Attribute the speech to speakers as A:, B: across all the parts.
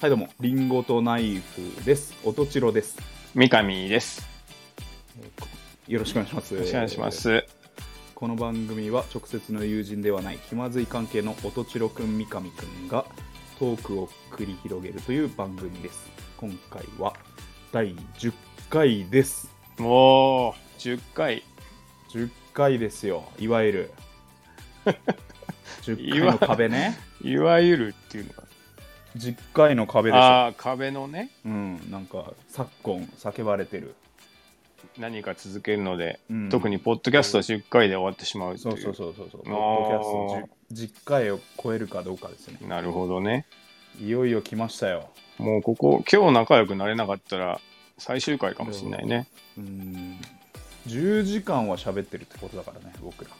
A: はいどうもリンゴとナイフですおとちろです
B: 三上です。
A: よろしくお願いします
B: よろしくお願いします。
A: この番組は直接の友人ではない気まずい関係のおとちろくん三上くんがトークを繰り広げるという番組です今回は第10回です
B: もう10回、
A: 10回ですよいわゆ る10回の壁ね
B: いわゆるっていうのが。
A: 10回の壁でしょ
B: ああー、壁のね、
A: うんなんか昨今叫ばれてる
B: 何か続けるので、
A: うん
B: 特にポッドキャストは10回で終わってしまうと
A: そ
B: いう
A: うそうそうそうそうポッ
B: あー
A: ドキャスト 10, 10回を超えるかどうかですね
B: なるほどね。
A: いよいよ来ましたよ
B: もうここ、今日仲良くなれなかったら、最終回かもしれないね。
A: うん10時間は喋ってるってことだからね僕ら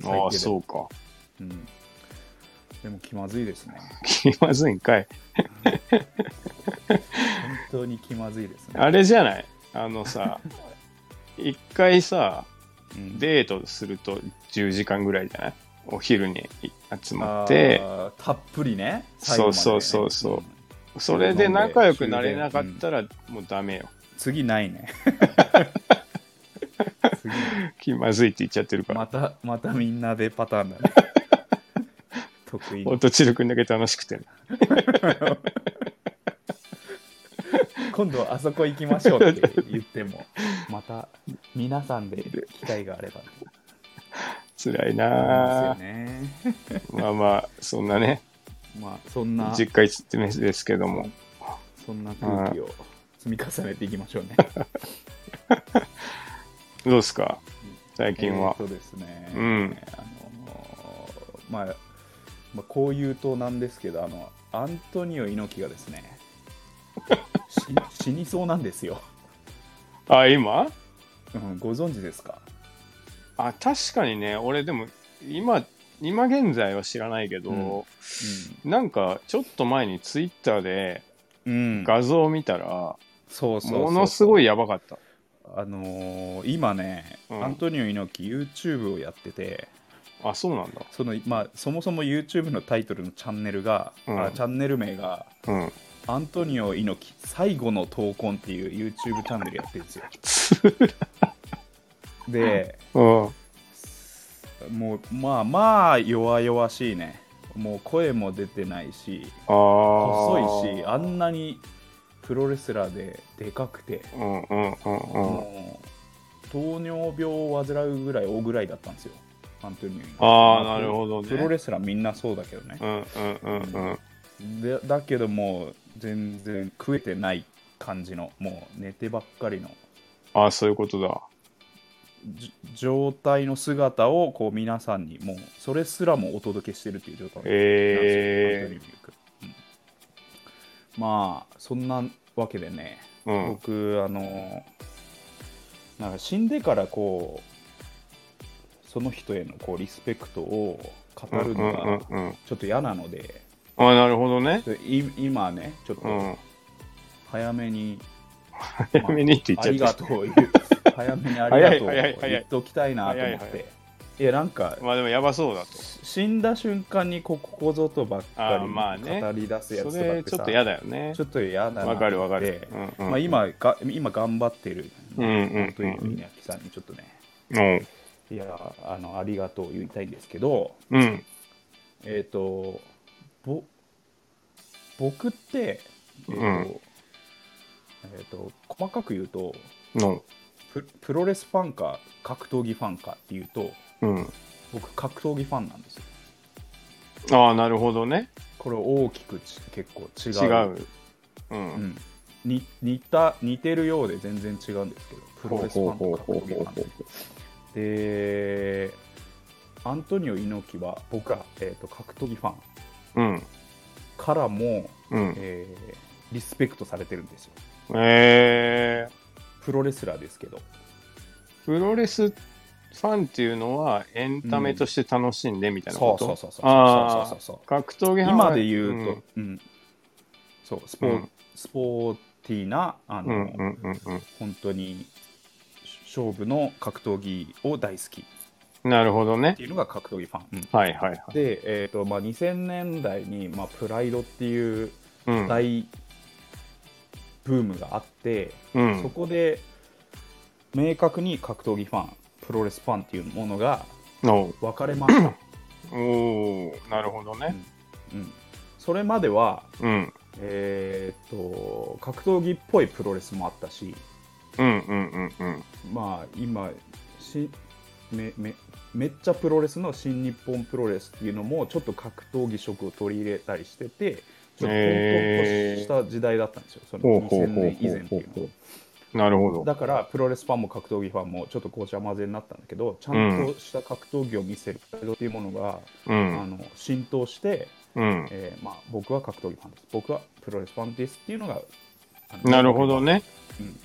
A: 最低で
B: ああ、そうか。
A: うんでも気まずいです ね
B: 気まずいんかい。
A: 本当に気まずいですね
B: あれじゃないあのさ、 一回さ、
A: うん
B: デートすると10時間ぐらいじゃないお昼に集ま
A: あ
B: って。
A: ーたっぷりね
B: そうそうそうそう
A: 最後までねん
B: それで仲良くなれなかったらもうダメよ。
A: 次ないね次
B: 気まずいって言っちゃってるから。
A: またまたみんなでパターンだ ね得意の
B: 音千代くんだけ楽しくてね。
A: 今度はあそこ行きましょうって言って もまた皆さんで機会があれば
B: 辛い
A: あ
B: なぁ。
A: ね
B: まあまあ、そんなね、
A: まあそんな
B: 10回つって目ですけども。
A: そんな空気を積み重ねていきましょう ね
B: どうですか最近は。
A: えーとですね、
B: うん
A: あのーまあ、まあこういうとなんですけどあのアントニオ猪木がです ねし死にそうなんですよ、
B: あ、今
A: うん、ご存知ですか
B: あ、確かにね、俺でも今、今現在は知らないけど、なんかちょっと前にツイッターで
A: うん、うん、
B: 画像を見たら、
A: そうそうそう
B: ものすごいやばかった。
A: あのー今ね、
B: うん
A: アントニオ猪木 YouTube をやってて
B: あ、そうなんだ。
A: その、まあ、そもそも YouTube のタイトルのチャンネルが、
B: うん
A: あチャンネル名が
B: うん。
A: アントニオ猪木最後の闘魂っていう YouTube チャンネルやってるんですよで
B: うん。
A: もうまあまあ弱々しいねもう声も出てないし
B: ああ。
A: 細いしあんなにプロレスラーででかくて、
B: うんうんうんうん。
A: もう糖尿病を患うぐらい大ぐらいだったんですよアントニオ猪木
B: ああ、なるほどね。
A: プロレスラーみんなそうだけどね
B: う、んうんうんうん。
A: でだけどもう全然食えてない感じのもう寝てばっかりの
B: ああ、そういうことだ。
A: じ状態の姿をこう皆さんにもうそれすらもお届けしてるっていう状態なんですよ
B: え
A: アントニオ猪木うんまあそんなわけでね、
B: えー。
A: 僕あのなんか死んでからこうその人へのこうリスペクトを語
B: うん。う
A: る
B: ん
A: の
B: うん
A: が
B: うんうん。
A: ちょっと嫌なので、
B: ああ、なるほどね。
A: ちょっとい今ねちょっと、
B: うん。
A: 早めに、
B: 早めにって言っ
A: あ
B: ちゃっ
A: り
B: た。
A: がとう言う、早めにありがとう
B: 早い早い早い
A: 言っておきたいなと思っ
B: 早い
A: て、いや、なんか、
B: まあでもやばそうだと。
A: 死んだ瞬間にこここぞとばっか
B: あーまあ
A: り
B: ね
A: 語り出すやつ
B: そ
A: とか
B: れ
A: って
B: ち
A: さ、
B: ょっと嫌だよね
A: ちょ。っと嫌だなと思
B: わ
A: って
B: かるわかる。うんうん
A: まあ、今が、今頑張ってる、
B: うんうん
A: という稲木さんにちょっとね、
B: うん。
A: いや、あの、ありがとう言いたいんですけど、
B: うん。
A: えっ、と、ぼ、僕って、えっ、と、
B: うん
A: えっ、と、細かく言うと、
B: うん。
A: ププロレスファンか格闘技ファンかっていうと
B: うん。
A: 僕格闘技ファンなんですよ
B: ああ、なるほどね。
A: これ大きくち結構違
B: 違
A: う
B: う。う。
A: うんん、に似た似てるようで全然違うんですけどプ
B: ほ
A: ロ
B: う
A: レスフ
B: ほう
A: ァン
B: ほう
A: と
B: ほ
A: 格闘技
B: う
A: フ
B: ほ
A: ァンってでアントニオ猪木は僕は、えー、と格闘技ファン
B: う。うん。
A: からも、
B: うん。
A: えーリスペクトされてるんですよ
B: えー。
A: プロレスラーですけど
B: プロレスファンっていうのはエンタメとして楽しんでみたいな
A: そ
B: こ
A: う
B: と
A: そうそうそう
B: あ
A: そう
B: ー
A: そうそう
B: 格闘技ファンは
A: 今で言うと、うんそうスポ,、
B: うん
A: スポーティーなあ
B: う
A: の、
B: んうんうんうん
A: 本当に勝負の格闘技を大好きっ
B: うんなるほどね
A: ていうのが格闘技ファン、うん
B: はいはいはい
A: で、えーとまあ、2000年代に、まあ、プライドっていう
B: うん
A: 大ブームがあって、
B: うん
A: そこで明確に格闘技ファンプロレスファンっていうものが
B: お
A: 分かれま した、
B: おーなるほどね
A: うん、それまでは、
B: うん
A: えーっと格闘技っぽいプロレスもあったし
B: うんうんうんうん
A: まあ今しめめめっちゃプロレスの新日本プロレスっていうのもちょっと格闘技色を取り入れたりしててちょっと混沌とした時代だったんですよ、その
B: ほうほう
A: 2000
B: ほう
A: 年以前
B: ほう
A: って
B: ほ
A: いううの
B: ほ
A: は
B: うなるほど
A: だからプロレスファンも格闘技ファンもちょっとこうちゃ混ぜになったんだけどちゃんとした格闘技を見せるプライドっていうものが、あ
B: うん
A: の浸透して、
B: うん
A: えーまあ、僕は格闘技ファンです僕はプロレスファンですっていうのがあの
B: なるほどね
A: うん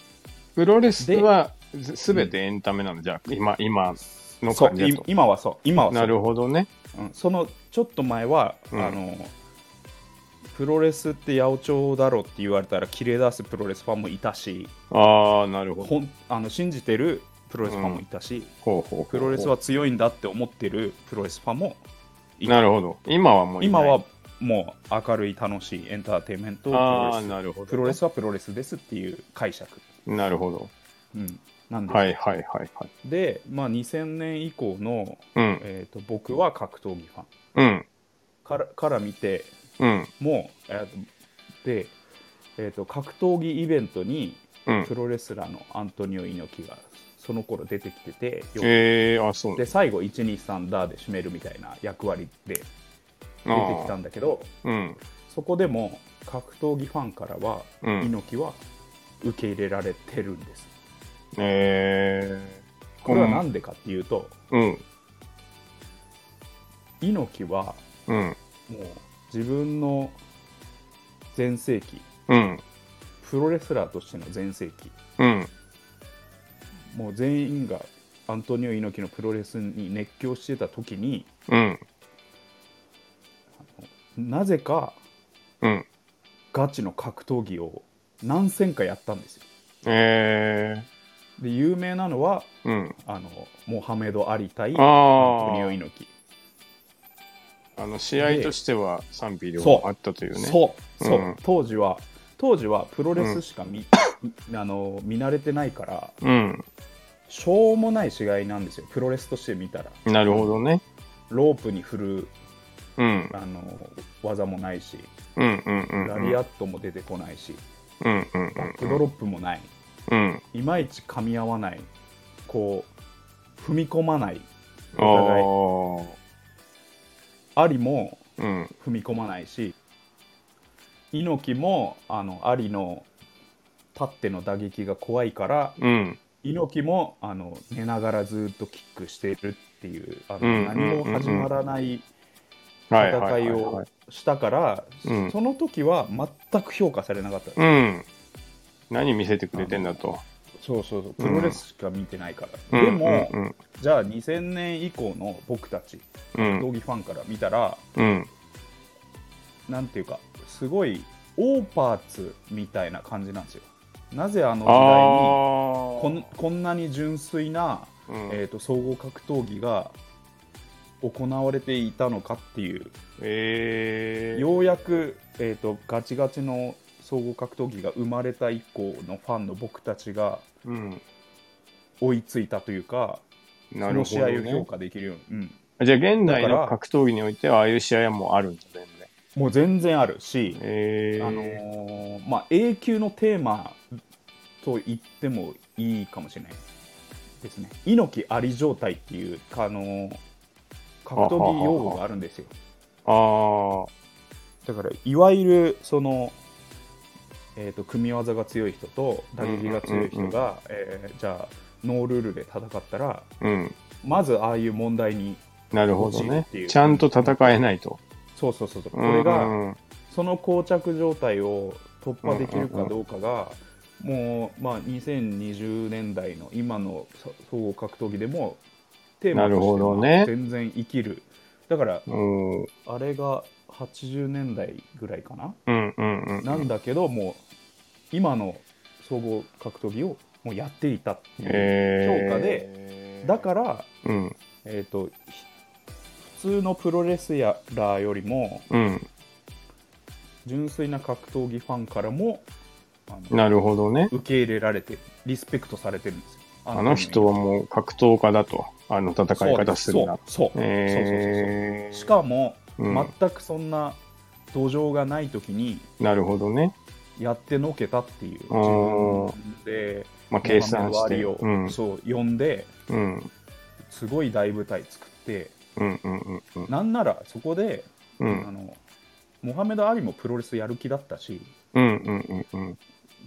B: プロレスはすべてエンタメなのじゃあ今今の
A: そう
B: 感じだ
A: い今はそう今は
B: と
A: そ
B: な
A: う
B: るほどね
A: うんそのちょっと前は、
B: うん
A: あのプロレスって八百長だろって言われたら切れ出すプロレスファンもいたし
B: ああなるほど
A: ほんあの信じてるプロレスファンもいたし、
B: ほうほうほう
A: プロレスは強いんだって思ってるプロレスファンもい
B: なるほど今はもういな
A: 今
B: い
A: はもう明るい楽しいエンターテインメントをプロ
B: ああ
A: レス
B: なるほど
A: プロレスはプロレスですっていう解釈、
B: なるほど
A: うん、なんです、
B: はいはいはいはい
A: で、まあ、2000年以降の、
B: うん
A: えー、と僕は格闘技ファン
B: うん
A: からから見て
B: うん
A: もう、えーで、えー、と格闘技イベントに
B: うん
A: プロレスラーのアントニオ猪木がその頃出てきてて、
B: えー、あそう
A: で最後123ダーで締めるみたいな役割で
B: 出
A: 出てきたんだけど
B: うん
A: そこでも格闘技ファンからは
B: うん
A: 猪木は受け入れられてるんです、
B: えー、
A: これは何でかっていうと
B: うん
A: 猪木は
B: うん
A: もう自分の全盛期
B: うん
A: プロレスラーとしての全盛期
B: うん
A: もう全員がアントニオ猪木のプロレスに熱狂してた時に
B: うん
A: なぜか
B: うん
A: ガチの格闘技を何千かやったんですよ
B: え
A: で有名なのは
B: ー、うん
A: あのモハメド・アリ対アントニオ
B: あ
A: 猪
B: ああの試合としては賛否両
A: そう
B: 方あったとい
A: 木、
B: うね
A: そうそう、
B: うん
A: 当時は当時はプロレスしか見,、 あの見慣れてないから
B: ううん
A: しょうもない試合なんですよプロレスとして見たら
B: なるほどね
A: ロープに振る
B: うん
A: あの技もないし
B: うんうんうん
A: ラリアットも出てこないし、
B: うんうん
A: バックドロップもない、
B: うん
A: いまいち噛み合わないこう踏み込まない
B: ああー
A: アリも
B: うん
A: 踏み込まないし猪木もあのアリの立っての打撃が怖いから
B: うん
A: 猪木もあの寝ながらずっとキックしているっていうあの
B: うん
A: 何も始まらない
B: はい
A: 戦
B: はいはい
A: い
B: は
A: を
B: い
A: したから
B: うん
A: その時は全く評価されなかった
B: うん何見せてくれてんだと
A: そうそうそうプロレスしか見てないから
B: うん
A: でも
B: うんうん
A: じゃあ2000年以降の僕たち
B: うん
A: 闘技ファンから見たら
B: うん
A: なんていうかすごいオーパーツみたいな感じなんですよなぜあの時
B: あ
A: 代に
B: あ
A: こんこんなに純粋な、
B: うん
A: えー、と総合格闘技が行われていたのかっていう
B: えー、
A: ようやく、えー、とガチガチの総合格闘技が生まれた以降のファンの僕たちが
B: うん、
A: 追いついたというか、
B: な
A: その
B: るほ
A: 試合
B: ど、
A: を評
B: ね。
A: 価できるように、うん
B: じゃあ、現
A: だか
B: 代の
A: ら
B: 格闘技においては、ああいう試合はもうあるんだ全然。
A: もう全然あるし、
B: えー、
A: あのーまあ、永久のテーマと言ってもいいかもしれないですね猪木あり状態っていう、あのー格闘技用語があるんですよ
B: あ
A: だからいわゆるその、えー、と組み技が強い人と打撃が強い人が、えーじゃあノールールで戦ったら
B: ーうん、
A: まずああいう問題に
B: なるほど
A: 欲しい
B: ね
A: ってい。う
B: ちゃんと戦えないと。
A: そうそうそうそうこれが、
B: うんうん
A: その膠着状態を突破できるかどうかが、もう、まあ、2020年代の今のそ総合格闘技でもテーマ
B: なるほど
A: として
B: ね
A: は全然生きるだから
B: うん、うん
A: あれが80年代ぐらいかな、
B: うんうんうん。
A: なんだけどもう今の総合格闘技をもうやっていたっていう、
B: えー、、
A: 評価でだからら、
B: うん、
A: えー、とひ普通のプロレスラーよりも
B: うん、
A: 純粋な格闘技ファンからもあの
B: なるほどね。
A: 受け入れられてリスペクトされてるんですよ
B: あの人はもう格闘家だと、あの戦い方する
A: そ
B: な。
A: うそうそう,、
B: えー
A: しかも、
B: うん
A: 全くそんな土壌がない時に
B: なるほどね。
A: やってのけたっていう自
B: あー
A: 分で
B: まあ、計算
A: モハ
B: し
A: メ
B: て。
A: ド
B: う
A: アリを、
B: ん。
A: そう呼んで
B: うん。
A: すごい大舞台作って
B: うん。うん。うんうん。
A: なんならそこで、
B: うん
A: あ。のモハメド・アリもプロレスやる気だったし
B: うん。うん。うん。うん。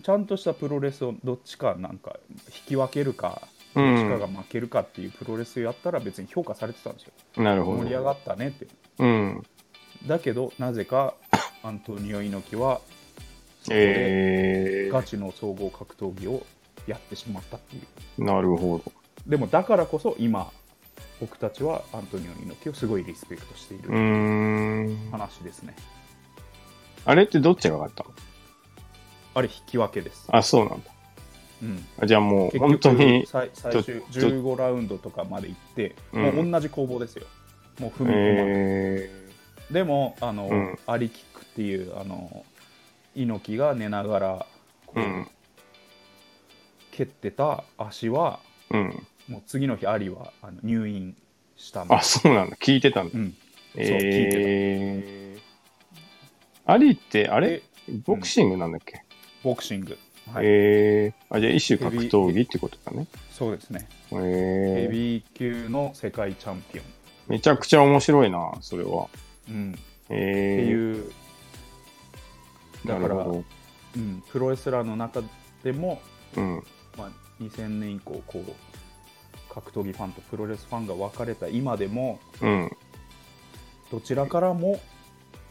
A: ちゃんとしたプロレスをどっちかなんか引き分けるか、
B: う
A: どっちか
B: ん
A: が負けるかっていうプロレスやったら別に評価されてたんですよ。
B: なるほど。
A: 盛り上がったねって。
B: うん。
A: だけど、なぜかアントニオ猪木は、そこで
B: え
A: ガチの総合格闘技をやってしまったっていう。
B: ー、なるほど。
A: でもだからこそ今、僕たちはアントニオ猪木をすごいリスペクトしていうる
B: ーん。
A: 話ですね。
B: あれってどっちが勝ったの
A: あれ、引き分けです。
B: あ、そうなんだ。
A: うん、
B: あじゃあもう、本当
A: 結
B: に
A: 局、最最終
B: ちょ
A: 15ラウンドとかまで行って、
B: うん
A: もう同じ攻防ですよ。もう踏み込まない。
B: え
A: でもあの、
B: うん
A: アリキックっていうあの猪木が寝ながらこ
B: ー、う。
A: うん蹴ってた足は、
B: うん。
A: もう次の日アリはあの入院したの
B: あ、そうなんだ。聞いてたんだ。
A: うん、そう聞いてた
B: えー、アリって、あれ
A: で
B: ボクシングなんだっけ、
A: ボクシング、はい
B: えー、あ、じゃあ一種格闘技ってことだね。
A: そうですね、
B: え
A: ヘ
B: ー、
A: ビー級の世界チャンピオン、
B: めちゃくちゃ面白いな、それは。
A: うん、って
B: え
A: いう
B: ー、
A: だ
B: な
A: か
B: る
A: ら、
B: ほど。
A: うん、プロレスラーの中でも、
B: うん。
A: まあ、2000年以降こう格闘技ファンとプロレスファンが分かれた今でも
B: うん。
A: どちらからも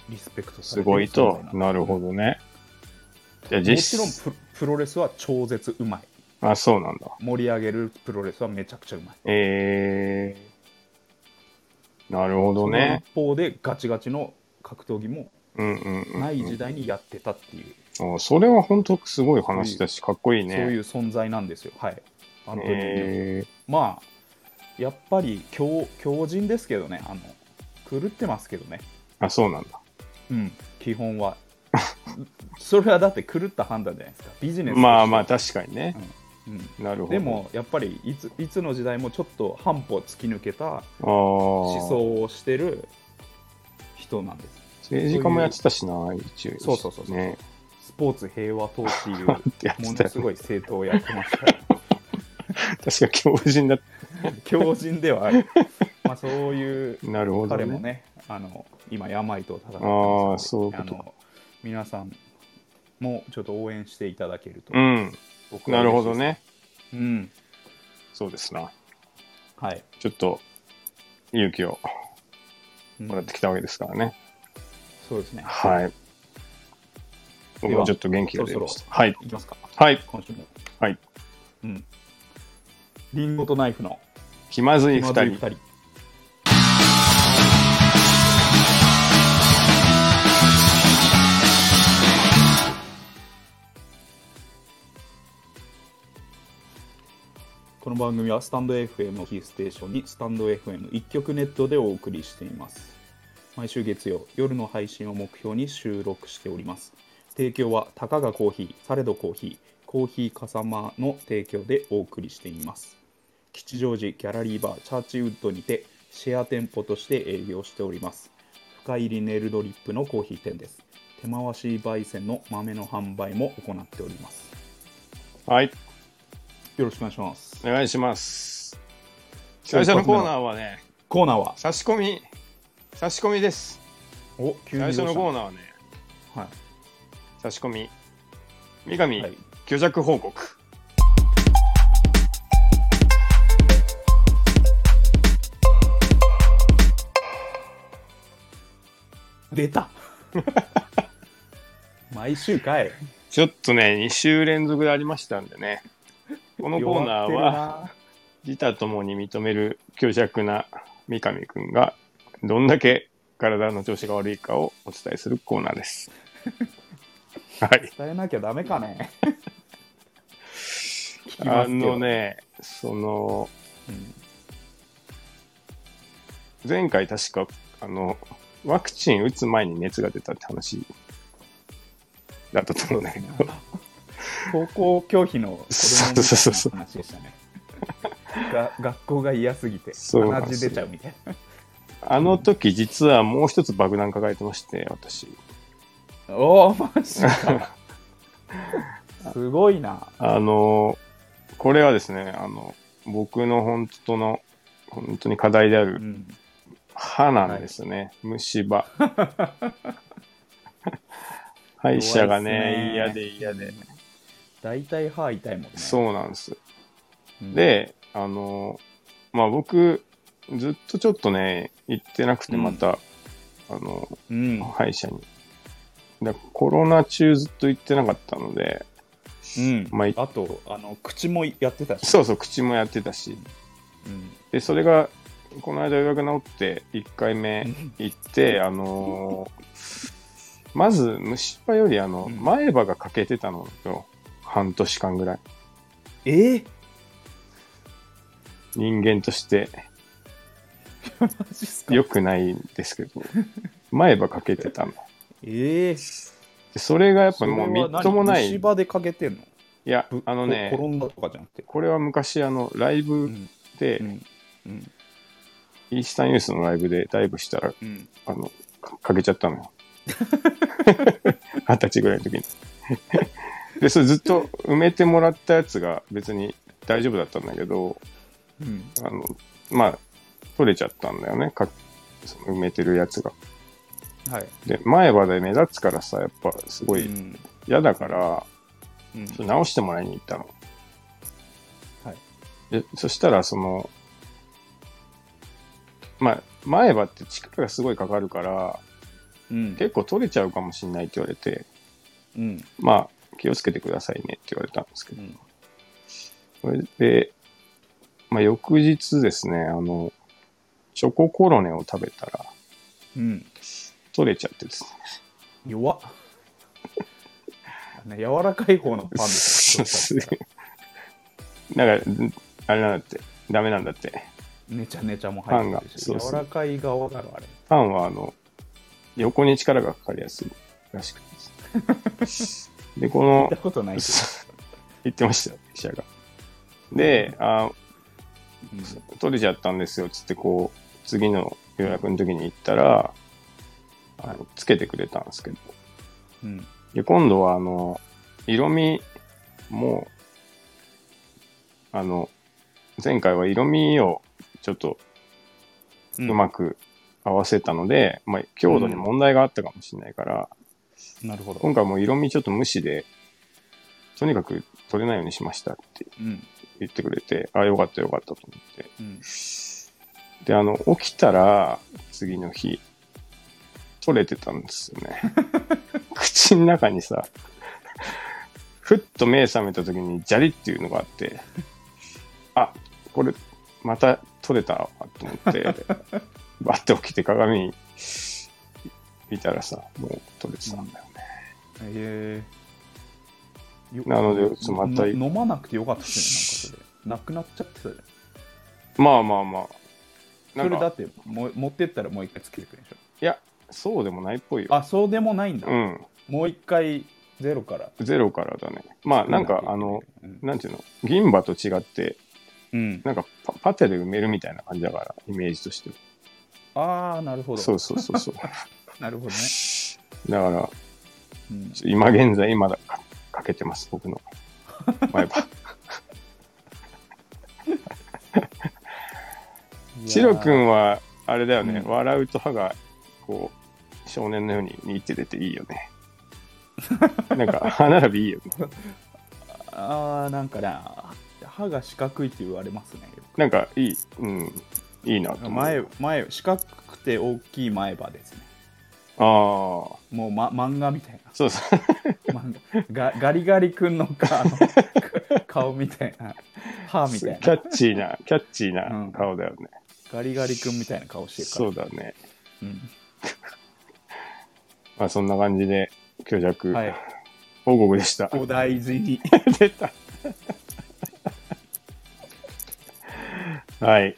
A: リスペクトさ
B: す
A: れてる
B: ごい
A: 存
B: と
A: 在。んです
B: なるほどね。じゃあ
A: もち
B: 実
A: ろんププロレスは超絶うまい
B: あ、そうなんだ。
A: 盛り上げるプロレスはめちゃくちゃうまい
B: えー、なるほどね。
A: その一方でガチガチの格闘技も
B: うんうんうん、うん。
A: ない時代にやってたっていう、
B: あそれは本当すごい話だし、かっこいいね。
A: そういう存在なんですよはいアントニオ猪木
B: え
A: まあやっぱり強強人ですけどねあの狂ってますけどね
B: ー、あ、そうなんだ。
A: うん基本は それはだって狂った判断じゃないですかビジネスとして
B: まあまあ、確かにね。
A: うん
B: なるほど。
A: で、もやっぱりいついつの時代もちょっと半歩突き抜けた
B: あ思
A: 思想をしてる人なんです
B: 政治家もやってたしな、一応。
A: そうそうそうそう
B: ね。
A: スポーツ平和党って いう
B: やって
A: もの
B: たよ
A: すごい政党をやってますから
B: 確か強靭だ。
A: 強靭では ある、まあ、そういう
B: なるほど、
A: 彼
B: ね。
A: もねあの今病と戦ってます
B: あーそういうこと
A: の皆さんもちょっと応援していただけると、
B: うん。
A: 僕は
B: なる
A: 嬉
B: ほ
A: しいです
B: どね。
A: うん
B: そうですな。
A: はい、
B: ちょっと、勇気を
A: うん
B: もらってきたわけですからね。
A: そうですね
B: はい。僕もちょっと元気が出ました。
A: そろ
B: はい。
A: いきますか
B: はい。
A: 今週も
B: はい
A: うんリンゴとナイフの
B: 気まずい
A: 気ま
B: 二
A: ずい二
B: 人。
A: 人この番組はスタンド FM をキーステーションにスタンド FM 一曲ネットでお送りしています毎週月曜夜の配信を目標に収録しております提供はたかがコーヒーされどコーヒーコーヒーかさまの提供でお送りしています吉祥寺ギャラリーバーチャーチウッドにてシェア店舗として営業しております深入りネルドリップのコーヒー店です手回し焙煎の豆の販売も行っております
B: はい。
A: よろしくお願いします
B: お願いします。最初のコーナーはね、
A: コーナーは
B: 差し込み、差し込みです。
A: お急
B: 最初のコー
A: ナ
B: ナーはね、
A: ーは
B: 差し込み。三上、
A: い、はい、
B: 虚弱報告。
A: 出た 毎週かい
B: ちょっとね、2週連続でありましたんでね、このコーナーは、
A: 弱って
B: 自他ともに認める強弱な三上くんが、どんだけ体の調子が悪いかをお伝えするコーナ ーです。はい。
A: るな伝えなきゃダメかね聞きま
B: あ
A: すけど
B: のね、その、
A: うん
B: 前回確か、あの、ワ クチン打つ前に熱が出たって話だったと思うんだけど、
A: 登校拒否の子供み
B: そうそう
A: た
B: そ
A: いな話でしたね。が学校が嫌すぎて
B: そうなん
A: 鼻
B: です
A: 血
B: よ
A: 出ちゃうみたいな。
B: あの時実はもう一つ爆弾抱えてまして、私。
A: おおマジ か。すごいな。
B: あの、これはですね、あの、僕の本当の、本当に課題であ
A: う
B: る
A: ん。
B: 歯なんですね。虫歯。 歯医者が
A: 弱い
B: ね、嫌
A: っす
B: で嫌で。。
A: 大体歯痛いもんね。
B: そうなんです。
A: うん。
B: で、あの、まあ僕、ずっとちょっとね、行ってなくて、
A: うん
B: また、あの、
A: うん。
B: 歯医者に。だコロナ中ずっと行ってなかったので、
A: うん。
B: まあい
A: あと、あの、口もやってたし。
B: そうそう、口もやってたし、
A: うん。
B: で、それが、この間予約治って、1回目行って、あのーまず虫歯より、あの、
A: うん
B: 前歯が欠けてたのよ。半年間ぐらい。
A: えー、
B: 人間として
A: マジっすか
B: 良くないんですけ ど、前歯欠けてたの。
A: ええー。
B: でそれがやっぱ
A: それ
B: も
A: は
B: う
A: 何
B: みっともない。
A: 虫
B: い
A: 歯でかけてんの
B: や
A: ぶ、
B: あのね
A: こ、転んだとかじゃなくて。
B: これは昔、あの、ライ
A: う
B: ブ
A: ん。
B: で、
A: うん。うん。
B: イースタンユースのライブでダイブしたら、
A: うん。
B: あの、かかけちゃったの よ。二十歳ぐらいの時に。で、それずっと埋めてもらったやつが別に大丈夫だったんだけど、
A: うん。
B: あの、まあ、取れちゃったんだよね。かその埋めてるやつが。
A: はい。
B: で、前歯で目立つからさ、やっぱすご
A: う
B: い
A: ん。
B: 嫌だから、
A: うん
B: それ直してもらいに行ったの。
A: はい。
B: でそしたら、その、まあ、前歯って力がすごいかかるから、
A: うん。
B: 結構取れちゃうかもしんないって言われて、
A: うん。
B: まあ、気をつけてくださいねって言われたんですけ
A: う
B: ど、
A: ん。
B: それで、まあ、翌日ですね、あの、チョココロネを食べたら、
A: うん。
B: 取れちゃってですね。
A: 弱っ。ね、柔らかい方のパン ですよ。どっちかって言っ
B: なんか、んあれなんだって、ダメなんだって。
A: たらねちゃねちゃも入ってるし、
B: パンがそうそう
A: 柔らかい側だろ、あれ。
B: パンは、あの、横に力がかかりやすいらしくてです ね。で、こ
A: 見
B: の
A: た、ことないけ
B: 言ってましたよ、医者が。で、あ
A: ど。
B: 取れちゃったんですよ、つって、こう、次の予約の時に行ったら、あのつけてくれたんですけど、
A: うん。うん
B: で、今度は、あの、色味、もう、あの、前回は色味をちょっと
A: う
B: うまく合わせたので、まあ、強度に問題があったかもしれないから、
A: なるほど。
B: 今回もう色味ちょっと無視で、とにかく取れないようにしましたって
A: うん。
B: 言ってくれて、ああ、よかったよかったと思って。
A: うん。
B: で、あの、起きたら、次の日、取れてたんですよ ね。口の中にさ、ふっと目覚めた時に、ジャリっていうのがあって、あ、これ、また取れたわ、と思って、 バッて起きて鏡見たらさ、もう取れてたんだよね。
A: ええ
B: なのでちょっとまた
A: 飲まなくてよかったっすね、なんかそれ。なくなっちゃってたじゃん。
B: まあまあまあ。
A: そ
B: なん
A: れだ
B: か、
A: ってもう持ってったらもう一回つけてくれるでし
B: いや、そうでもないっぽい
A: ょ
B: よ。
A: あそうでもないんだ、
B: うん。
A: もう一回ゼロから
B: ゼロからだね。まあ、なんか、あの、
A: うん、
B: なんていうの銀歯と違って、
A: うん
B: なんかパパテで埋めるみたいな感じだから、イメージとしては。
A: ああなるほど
B: そうそうそうそう。 だか
A: なるほどね、
B: ら、
A: うん、
B: 今現在、今だかかけてます、僕の前歯。チロ
A: いや
B: 君は、あれだよね、
A: うん
B: 笑うと歯が、こう、少年のように似て出ていいよね。なんか、歯並びいいよね。
A: ーあーなんかね歯が四角いって言われますねよく
B: なんか、いい、うん、いいなと思う。
A: 前前四角くて大きい前歯ですね
B: ああ、
A: もう、ま、漫画みたいな
B: そうそう。
A: 漫画がガリガリ君のかあの 顔みたいな歯み
B: キ
A: たい
B: ャ
A: な
B: ッチーな、キャッチー
A: う
B: なん顔だよね。
A: ガリガリ君みたいな顔してるから
B: そうだね。
A: う
B: まあ、そんな感じで、虚弱
A: ん、はい
B: 報告でした。
A: お大事に
B: 出た。はい。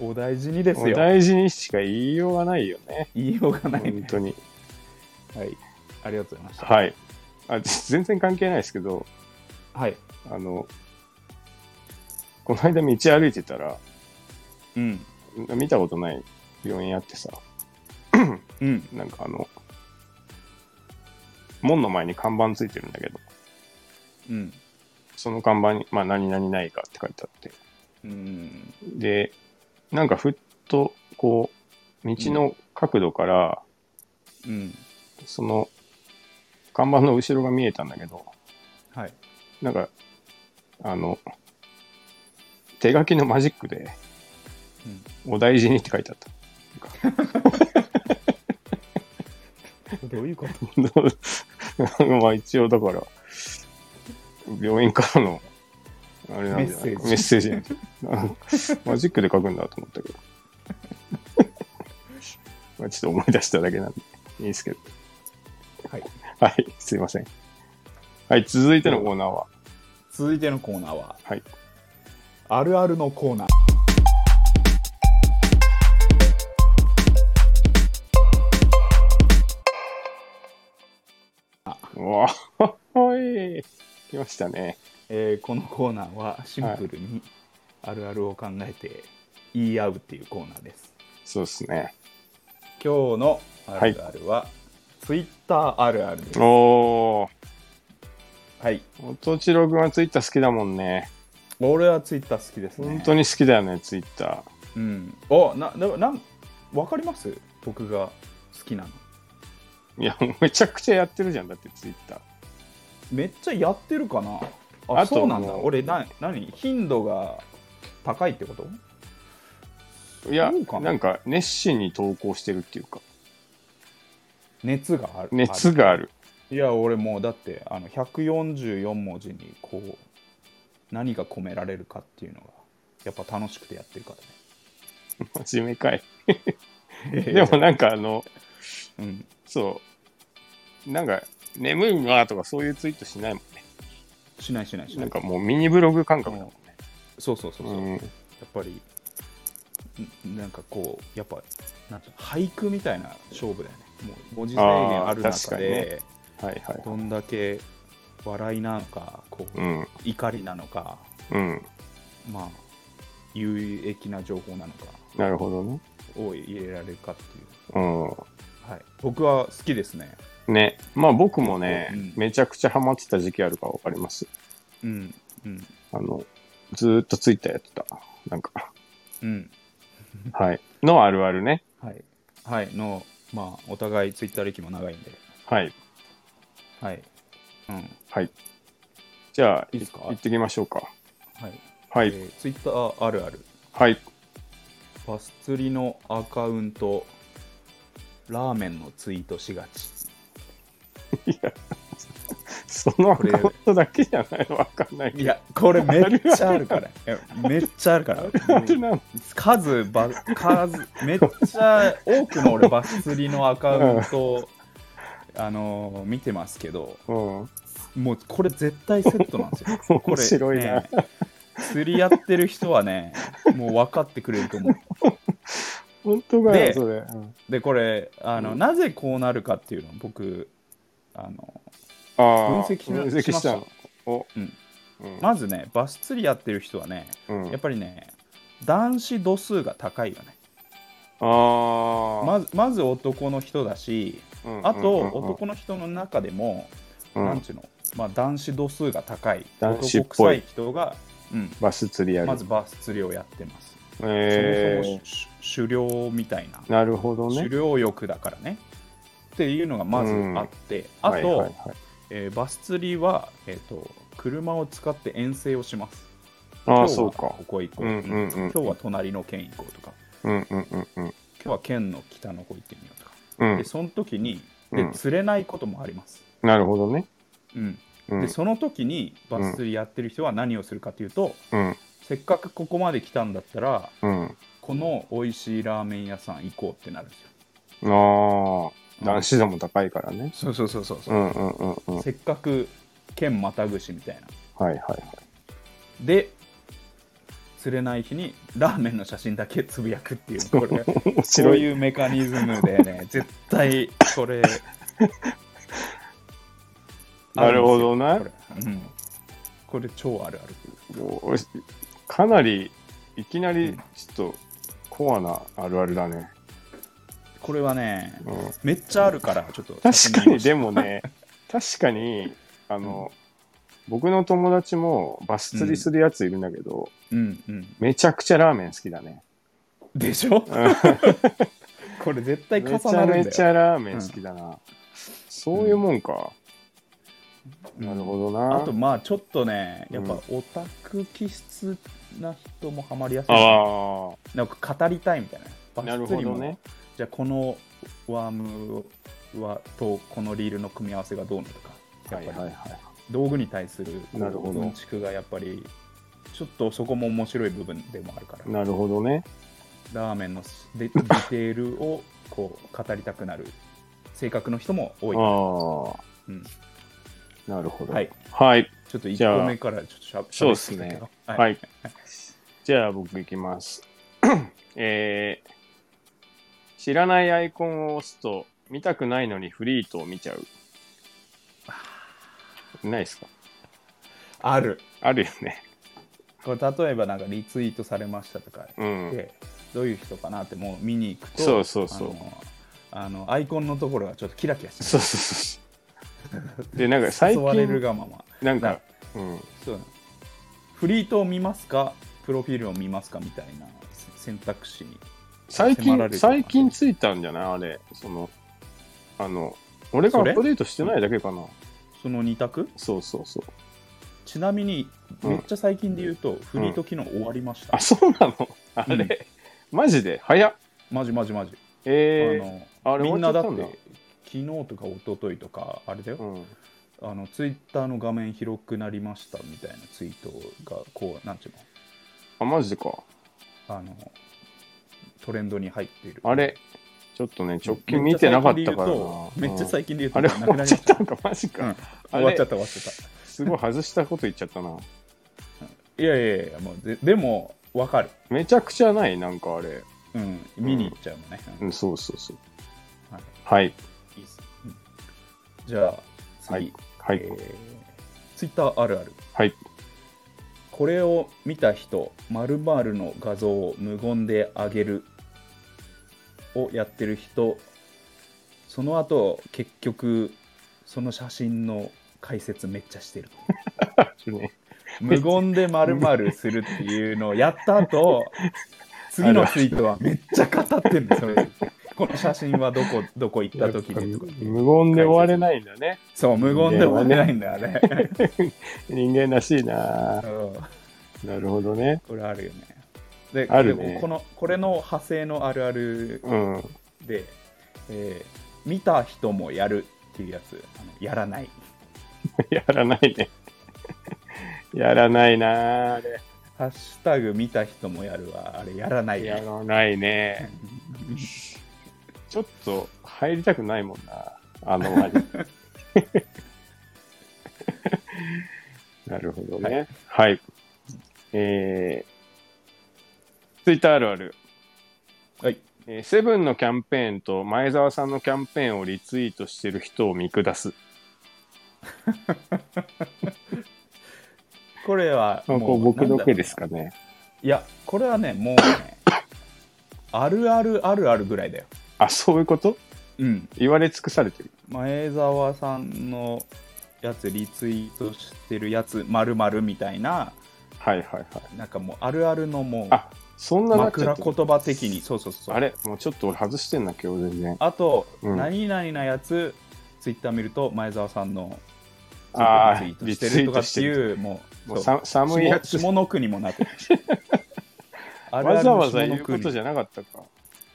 A: お大事にです
B: お
A: よ。
B: 大事にしか言いようがないよ ね。
A: 言いようがない、
B: 本
A: ね。
B: 当に。
A: はい。ありがとうございました。
B: はい。あ全然関係ないですけど、
A: はい。
B: あの、この間道歩いてたら、
A: うん。
B: 見たことない病院あってさ、
A: うん。
B: なんかあの、門の前に看板ついてるんだけど、
A: うん。
B: その看板に、まあ、何々ないかって書いてあって、
A: うん。
B: で、なんかふっと、こう、道の角度から、
A: うん。
B: その、看板の後ろが見えたんだけど、
A: はい。
B: なんか、あの、手書きのマジックで、
A: うん
B: お大事にって書いてあった。
A: どういうこと
B: まあ一応だから、病院からの、あれなんじゃない
A: メッセージ
B: メッセージなんじゃないマジックで書くんだと思ったけど。 まあちょっと思い出しただけなんで、いいですけど。
A: はい。
B: はい、すいません。はい、続いてのコーナーは、
A: 続いてのコーナーは、
B: はい。
A: あるあるのコーナー。
B: うわあ、 はい、来ましたね。
A: えーこのコーナーはシンプルにあるあるを考えて言い合うっていうコーナーです。
B: そうですね。
A: 今日のあるあるは、ツイッターあるあるです。
B: おー、
A: はい。
B: 音千郎君はツイッター好きだもんね。
A: 俺はツイッター好きですね。
B: 本当に好きだよね、ツイッタ
A: うん。お、な、な、なん、わかります僕が好きなの。
B: ー。いや、もうめちゃくちゃやってるじゃん、だってツイッター。
A: めっちゃやってるかなあ、
B: あと
A: そうなんだ。
B: もう
A: 俺、な、何頻度が高いってこと
B: いや
A: そうかな
B: なんか熱心に投稿してるっていうか
A: 熱がある。
B: 熱がある
A: いや、俺もう、だって、あの、144文字に、こう、何が込められるかっていうのが、やっぱ楽しくてやってるか
B: 真面目かい
A: らね。
B: でも、なんかあの
A: うん。
B: そうなんか眠いわとかそういうツイートしないもんね
A: しないしないしない。
B: なんかもうミニブログ感覚だも
A: そうそうそうそう。
B: ん、う
A: や
B: ん、
A: っぱりんなんかこうやっぱなんていうの俳句みたいな勝負だよねもう文字制限ある
B: あー確
A: 中
B: かに
A: で
B: ね、はいはい
A: どんだけ笑いなのかこう、
B: うん
A: 怒りなのか
B: うん
A: まあ有益な情報なのか
B: なるほどね
A: を入れられるかっていう、
B: う
A: はい、僕は好きですね
B: んねまあ僕もね、
A: うん
B: めちゃくちゃハマってた時期あるからわかります
A: うんうん
B: あのずーっとツイッターやってたなんか
A: うん
B: はいのあるあるね
A: はいはいのまあお互いツイッター歴も長いんで
B: はい
A: はいうん
B: はいじゃあ
A: いい
B: い
A: っすか
B: 行ってきましょうか
A: はい、
B: はい、
A: えーツイッターあるある
B: はい
A: パス釣りのアカウントラーメンのツイートしがち
B: そのアカウントだけじゃないわかんないけ
A: い
B: ど。
A: やこれめっちゃある からいやめっちゃあるから
B: あれなん
A: 数ば数めっちゃ多くの俺バス釣りのアカウントあのー見てますけど
B: うん、
A: もうこれ絶対セットなんです よこれ
B: 面白いな
A: ね釣りやってる人はねもう分かってくれると思う
B: 本当か
A: で
B: よ、それ。うん
A: でこれあの、
B: うん
A: なぜこうなるかっていうのを僕あの
B: あ
A: 分
B: あ
A: 析しま
B: 分析した
A: しま
B: の。お、
A: うん
B: うん
A: まずねバス釣りやってる人はね
B: うん
A: やっぱりね男子度数が高いよね
B: ああ、
A: まずまず男の人だし
B: うん
A: あと、
B: うん
A: 男の人の中でも、
B: うん
A: なんちゅうの、まあ、男子度数が高い
B: 男子っ
A: 男
B: ぽ
A: 臭
B: い
A: い人が、うん、
B: バス釣りやる。
A: まずバス釣りをやってます、
B: え
A: そもそもし狩猟みたいな、
B: ー、なるほど
A: 狩
B: ね。
A: 猟欲だからねっていうのがまずあって、あと、
B: はいはいはい
A: えーバス釣りは、えー、と車を使って遠征をします
B: あ
A: 今
B: あ、
A: 日
B: そ
A: は
B: うか
A: こ。こ行こう,、
B: うんうんうん
A: 今日は隣の県行こうとか
B: うんうんうんうん。
A: 今日は県の北の方行ってみようとか、
B: うん
A: で、その時にで
B: うん
A: 釣れないこともあります、
B: なるほどね。
A: うん
B: うん、う
A: で
B: ん
A: その時にバス釣りやってる人は何をするかというと、
B: うん
A: せっかくここまで来たんだったら
B: うん。
A: この美味しいラーメン屋さん行こうってなるんですよ
B: ああ、男子度も高いからね。
A: そうそうそうそう
B: う、んうんうんうん。はい
A: せっかく県またぐしみたいな
B: はいはい。
A: で釣れない日にラーメンの写真だけつぶやくっていうこれ
B: 面
A: そ
B: 白
A: う
B: い。
A: いうメカニズムで ね絶対これ
B: なるほどな
A: あんですよこれうんこれ超あるある。
B: もうかなり、いきなり、ちょっと、コアなあるあるだね。
A: これはね、
B: うん、
A: めっちゃあるから、ちょっと。
B: 確かに、で もね、確かに、あの、僕の友達もバス釣りするやついるんだけど、
A: うんうん。
B: めちゃくちゃラーメン好きだね。
A: でしょ
B: うん
A: これ絶対重
B: めち
A: なる
B: ゃ
A: んだよ。
B: めちゃラーメン好きだな。そういうもんか。なるほどな。
A: あとまあちょっとねやっぱ
B: うん
A: オタク気質な人もハマりやすい、
B: あ
A: なんか語りたいみたいな
B: あ、なる
A: バス
B: ほ
A: 釣り
B: ど
A: も
B: ね。
A: じゃあこのワームはとこのリールの組み合わせがどうなのかや
B: は
A: っ
B: い
A: ぱ
B: はい
A: り
B: はい。
A: 道具に対する
B: なるほど
A: うんちくがやっぱりちょっとそこも面白い部分でもあるから
B: なるほどね。
A: ラーメンの デディテールをこう語りたくなる性格の人も多い、
B: あ
A: うん
B: あ、なるほど。
A: はい。
B: はい。
A: ちょっと
B: じゃあ
A: 1個目からちょっとしゃし
B: そうっすね
A: はい、
B: はい。じゃあ僕いきます。 えー、知らないアイコンを押すと、見たくないのにフリートを見ちゃう。ないですか
A: ある
B: あるよね。
A: これ例えばなんかリツイートされましたとか
B: うん。
A: で、どういう人かなってもう見に行くと
B: そうそうそう
A: あのあのアイコンのところがちょっとキラキラして
B: そうそうそう。で、なんか最
A: 誘われる
B: 近、
A: がまま
B: なん
A: な
B: か、うん。
A: そうなのフリートを見ますかプロフィールを見ますかみたいなせ選択肢に
B: 最
A: 迫られる
B: 近、
A: ようにな
B: 最
A: って
B: 近ついたんじゃないあれ。その、あの、俺がア
A: それ
B: ップデートしてないだけかな。
A: その2択
B: そうそうそう。
A: ちなみに
B: うん
A: めっちゃ最近で言うと、フリート機能終わりました
B: あ、、そうなのあれ、マジで早っ。
A: マジマジマジ、
B: えー、
A: あの
B: あれ
A: みんなだっ
B: 終わっちゃ
A: て昨日とか一昨日とかあれだよ、
B: うん。
A: あのツイッターの画面広くなりましたみたいなツイートがこうなんていう
B: あ、マジでか。
A: のあのトレンドに入っている
B: あれ、ちょっとね、直近見てなかったからな。
A: めっちゃ
B: 近。
A: 最近で言うと
B: あれ
A: めっちゃ最近で言うとなく
B: 終わ
A: な
B: っ
A: り
B: ち
A: ました
B: ゃったのか、マジ
A: うん
B: か。あ
A: 終わっ
B: れ
A: ちゃった終わっちゃっ
B: すごい外したこと言っちゃったな。
A: たいやいやいやもうででもわかる
B: めちゃくちゃない、なんかあれ。
A: うん見に行っちゃうのね、う
B: うんん、そうそうそう。
A: はい
B: はい。
A: いいっすうんじゃあ次、
B: はい。はい。
A: ツイッター Twitter あるある
B: はい。
A: これを見た人〇〇の画像を無言で上げるをやってる人その後結局その写真の解説めっちゃして る
B: ね
A: 無言で〇〇するっていうのをやった後 次のツイートはめっちゃ語ってるんですそれこの写真はどこどこ行った時でとか
B: 無言で終われないんだね。
A: そう無言で終われないんだあ れ、
B: 人間らしいな
A: うん
B: なるほどね。
A: これあるよね。で、
B: あるね
A: でもこのこれの派生のあるある
B: うん。
A: で、えー見た人もやるっていうやつ、あのやらない。
B: やらないね。 やらないなあれ。
A: ハッシュタグ見た人もやるは、あれやらない
B: や
A: ね。
B: らない ね。ちょっと入りたくないもんな。あの輪に。 なるほどね。はい。えー、ツイッターあるある。
A: はい。
B: えーセブンのキャンペーンと前澤さんのキャンペーンをリツイートしてる人を見下す。
A: これは
B: あ
A: もう、
B: こう僕
A: なん
B: だ
A: だろ
B: け
A: うな
B: ですかね。
A: いや、これはね、もうね、あるあるあるあるぐらいだよ。
B: あ、そういうこと
A: うん。
B: 言われ尽くされてる。
A: 前澤さんのやつリツイートしてるやつ、まるまるみたいな、
B: はいはいはい。
A: なんかもうあるあるのもう、
B: あ、そんななっちゃ
A: 枕
B: ってる
A: 言葉的にそうそうそう
B: あれもうちょっと俺外してんな、今日全然。
A: あと、
B: うん
A: 何々なやつツイッター見ると前澤さんのツイ
B: あー
A: ートしてるとかっていうもう
B: もう
A: そう
B: さ寒いや
A: 下
B: つ。
A: 下の句にも なってるあるあ
B: わ
A: るの
B: ざわざ
A: 下の
B: 言う
A: 句
B: こ
A: に
B: とじゃなかったか。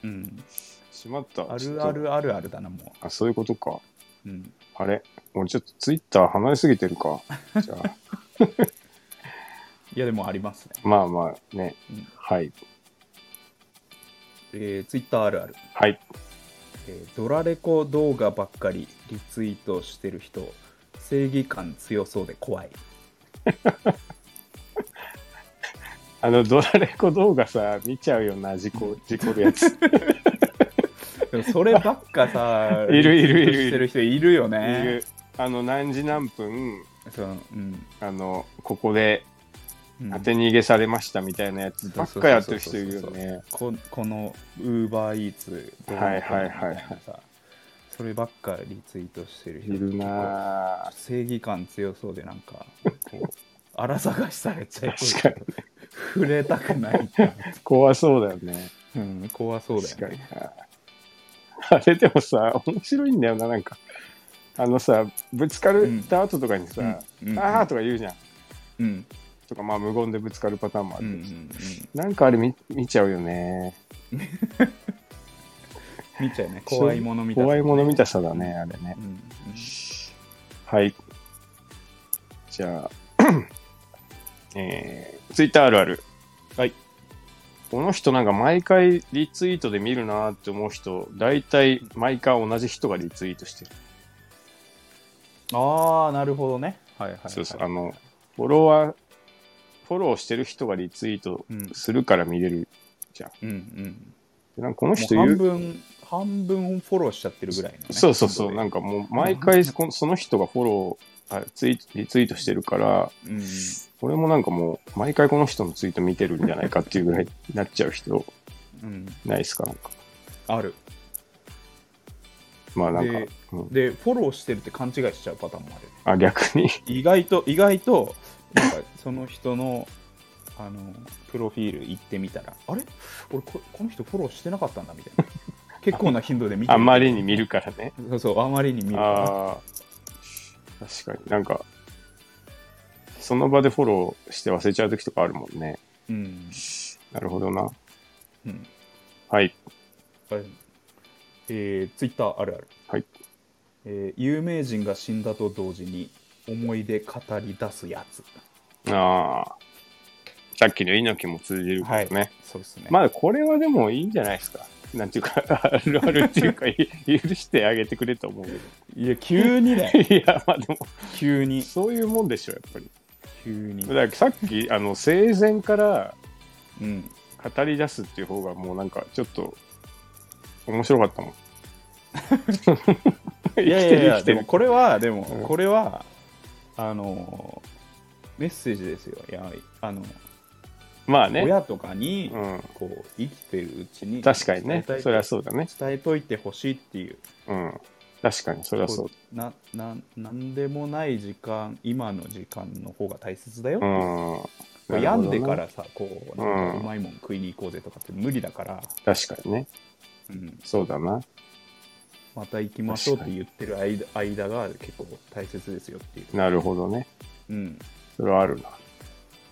A: うん、
B: しまった。
A: あ
B: ちょっ
A: る
B: と
A: あ。るあるあるだなも
B: あ、そういうことか。
A: う、うん、
B: あれ俺ちょっとツイッター離れすぎてるか。じゃあ、
A: いやでもありますね、
B: まあまあね。
A: うん
B: はい。
A: えー、ツイッターあるある、
B: はい。
A: えードラレコ動画ばっかりリツイートしてる人正義感強そうで怖い
B: あの、ドラレコ動画さ、見ちゃうよな、事故、事故るやつ。
A: でもそればっかさ
B: いるいるい る
A: リツイートしてる人いるよね
B: いうあの、何時何分、
A: そのうん
B: あの、ここで
A: うん
B: 当て逃げされましたみたいなやつばっかやってる人いるよね。
A: ここのウーバーイーツ
B: はいはいはいはい
A: そればっかリツイートしてる
B: い
A: 人
B: るなぁ
A: 正義感強そうでなんかこ う荒探しされちゃいそう
B: 確かに
A: 触れたくないっていう、
B: 怖そうだよね。
A: うん、怖そうだよ、ね、
B: 確かになあれでもさ、面白いんだよな、なんか。あのさ、ぶつかるた後とかにさ、
A: うんうん
B: あーとか言うじゃん。
A: うん
B: とか、まあ無言でぶつかるパターンもあ
A: うん
B: る。
A: うんうん
B: なんかあれ見見ちゃうよね。
A: 見ちゃうね怖いもの見たさ
B: 怖いもの見たさだね、あれね
A: う。んうん
B: はい。じゃあ、 えー、ツイッターあるある。
A: はい。
B: この人なんか毎回リツイートで見るなーって思う人、大体毎回同じ人がリツイートしてる。
A: ああなるほどねはいはい、はい、
B: そうそう。あの、フォロワー、フォローしてる人がリツイート
A: うん
B: するから見れるじゃん。
A: うんうん
B: でなんかこの人
A: もう半
B: 言う、
A: 分半分フォローしちゃってるぐらいの、ね、
B: そうそうそう。なんんかもう毎回このその人がフォロー、あツイリツイートしてるから、
A: うんうん
B: 俺もなんかもう、毎回この人のツイート見てるんじゃないかっていうぐらいになっちゃう人、
A: うん
B: ないですかなんか。
A: ある
B: まあなんか
A: で、
B: うん
A: でフォローしてるって勘違いしちゃうパターンもある
B: あ、逆 に。
A: 意外と意外となん かその人のあのプロフィール行ってみたらあれ俺ここの人フォローしてなかったんだみたい な結構な頻度で見て
B: あ
A: る
B: んまりに見るからね。
A: そうそうあまりに見るから
B: ああー。確かになんか、その場でフォローして忘れちゃう時とかあるもんね。
A: うん、
B: なるほどな。
A: うん、
B: はい。
A: あれえー、ツイッターあるある、
B: はい
A: えー有名人が死んだと同時に思い出語り出すやつ
B: ああ。さっきの猪木も通じるけどね。
A: そうですね、
B: まあこれはでもいいんじゃないですか。なんていうか、 あるあるってい うか、い許してあげてくれと思うけ
A: いや急にね
B: ど。いや、まあでも、
A: 急 に
B: そういうもんでしょ、やっぱり。
A: 急に
B: だからさっき、あの、生前から
A: うん
B: 語り出すっていう方が、もうなんか、ちょっと、面白かったもん。 生き
A: いやい
B: て
A: やいや、
B: る生きて
A: でも
B: る。
A: これは、でも
B: うん
A: これは、あのー、メッセージですよ。いや、あの、
B: まあね。
A: 親とかに、
B: うん。
A: こう、生きてるうちに、
B: 確かにね
A: 伝え。
B: そり
A: た
B: ゃ
A: い
B: そうだね。
A: 伝えといてほしいっていう、
B: うん。確かに、そりゃそう
A: こうな、な、なんでもない時間、今の時間の方が大切だよ。
B: だ。うん。
A: こう
B: なるほ
A: 病ん
B: どな
A: でか。らさ、こう、なん
B: う
A: か
B: ん
A: うまいもん食いに行こうぜとかって無理だから、
B: 確かにね。
A: うん、
B: そうだな。
A: また行きましょうって言ってる間間が結構大切ですよっていう。
B: なるほどね。
A: うん。
B: それはある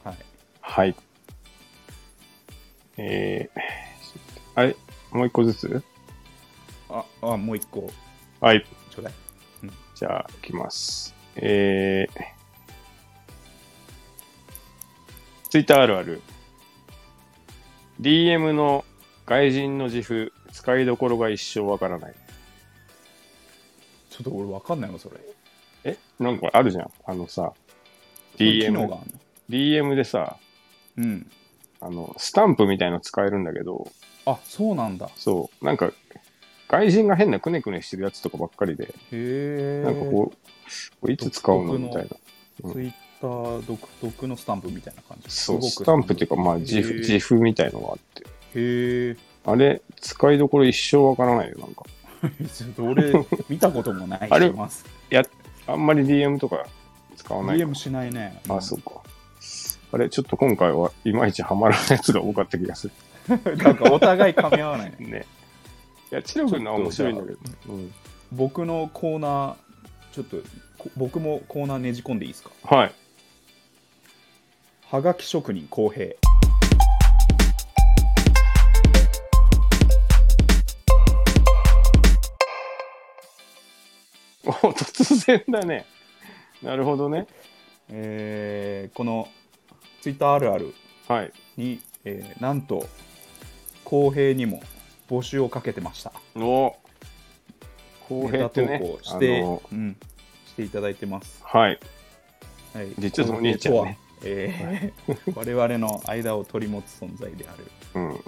B: な。
A: はい。
B: はい。えー、あれもう一個ずつ
A: あ、あ、もう一個、
B: はい。
A: ちょうだい。
B: じゃあ、いきます。えー、ツイッターあるある。DM の外人の自負、使いどころが一生わからない。
A: ちょっと俺わかんないわ、それ。
B: えなんかあるじゃん。あのさ、
A: 機能が
B: DM、
A: ある
B: DM でさ、
A: の。うん。
B: あの、スタンプみたいの使えるんだけど、
A: あ、そうなんだ。へ
B: そう、なんか、外人が変なくねくねしてるやつとかばっかりで、
A: え。
B: なんかこう、これいつ使うのみたいな。
A: うツイッター独特のスタンプみたいな感じ。
B: そう、
A: すご
B: ス
A: く
B: タンプっていうか、まあ、自負、
A: へえ
B: 自負みたいのがあって。
A: へえ。
B: あれ、使いどころ一生わからないよ、なんか。
A: ちょっと 俺、見たこともない
B: あれ
A: します。
B: あんまり DM とか使わないか
A: DM しないね。
B: あ、そうか。あれ、ちょっと今回はいまいちハマらないやつが多かった気がする。
A: うん。 なんかお互い噛み合わないね。
B: ね。いや、チロ君のは面白いんだけど。うん
A: 僕のコーナー、ちょっと、こ僕もコーナーねじ込んでいいですか
B: はい。
A: はがき職人公平。
B: お突然だね。なるほどね。
A: えー、このツイッターあるある
B: はい。
A: に、えーなんと公平にも募集をかけてました
B: お公平ってね
A: ネタ投稿して、
B: あの
A: うん、していただいてます、
B: はい。
A: はい、
B: 実のお兄ちゃんね
A: 公平とはえー 我々の間を取り持つ存在である、
B: うん。
A: えー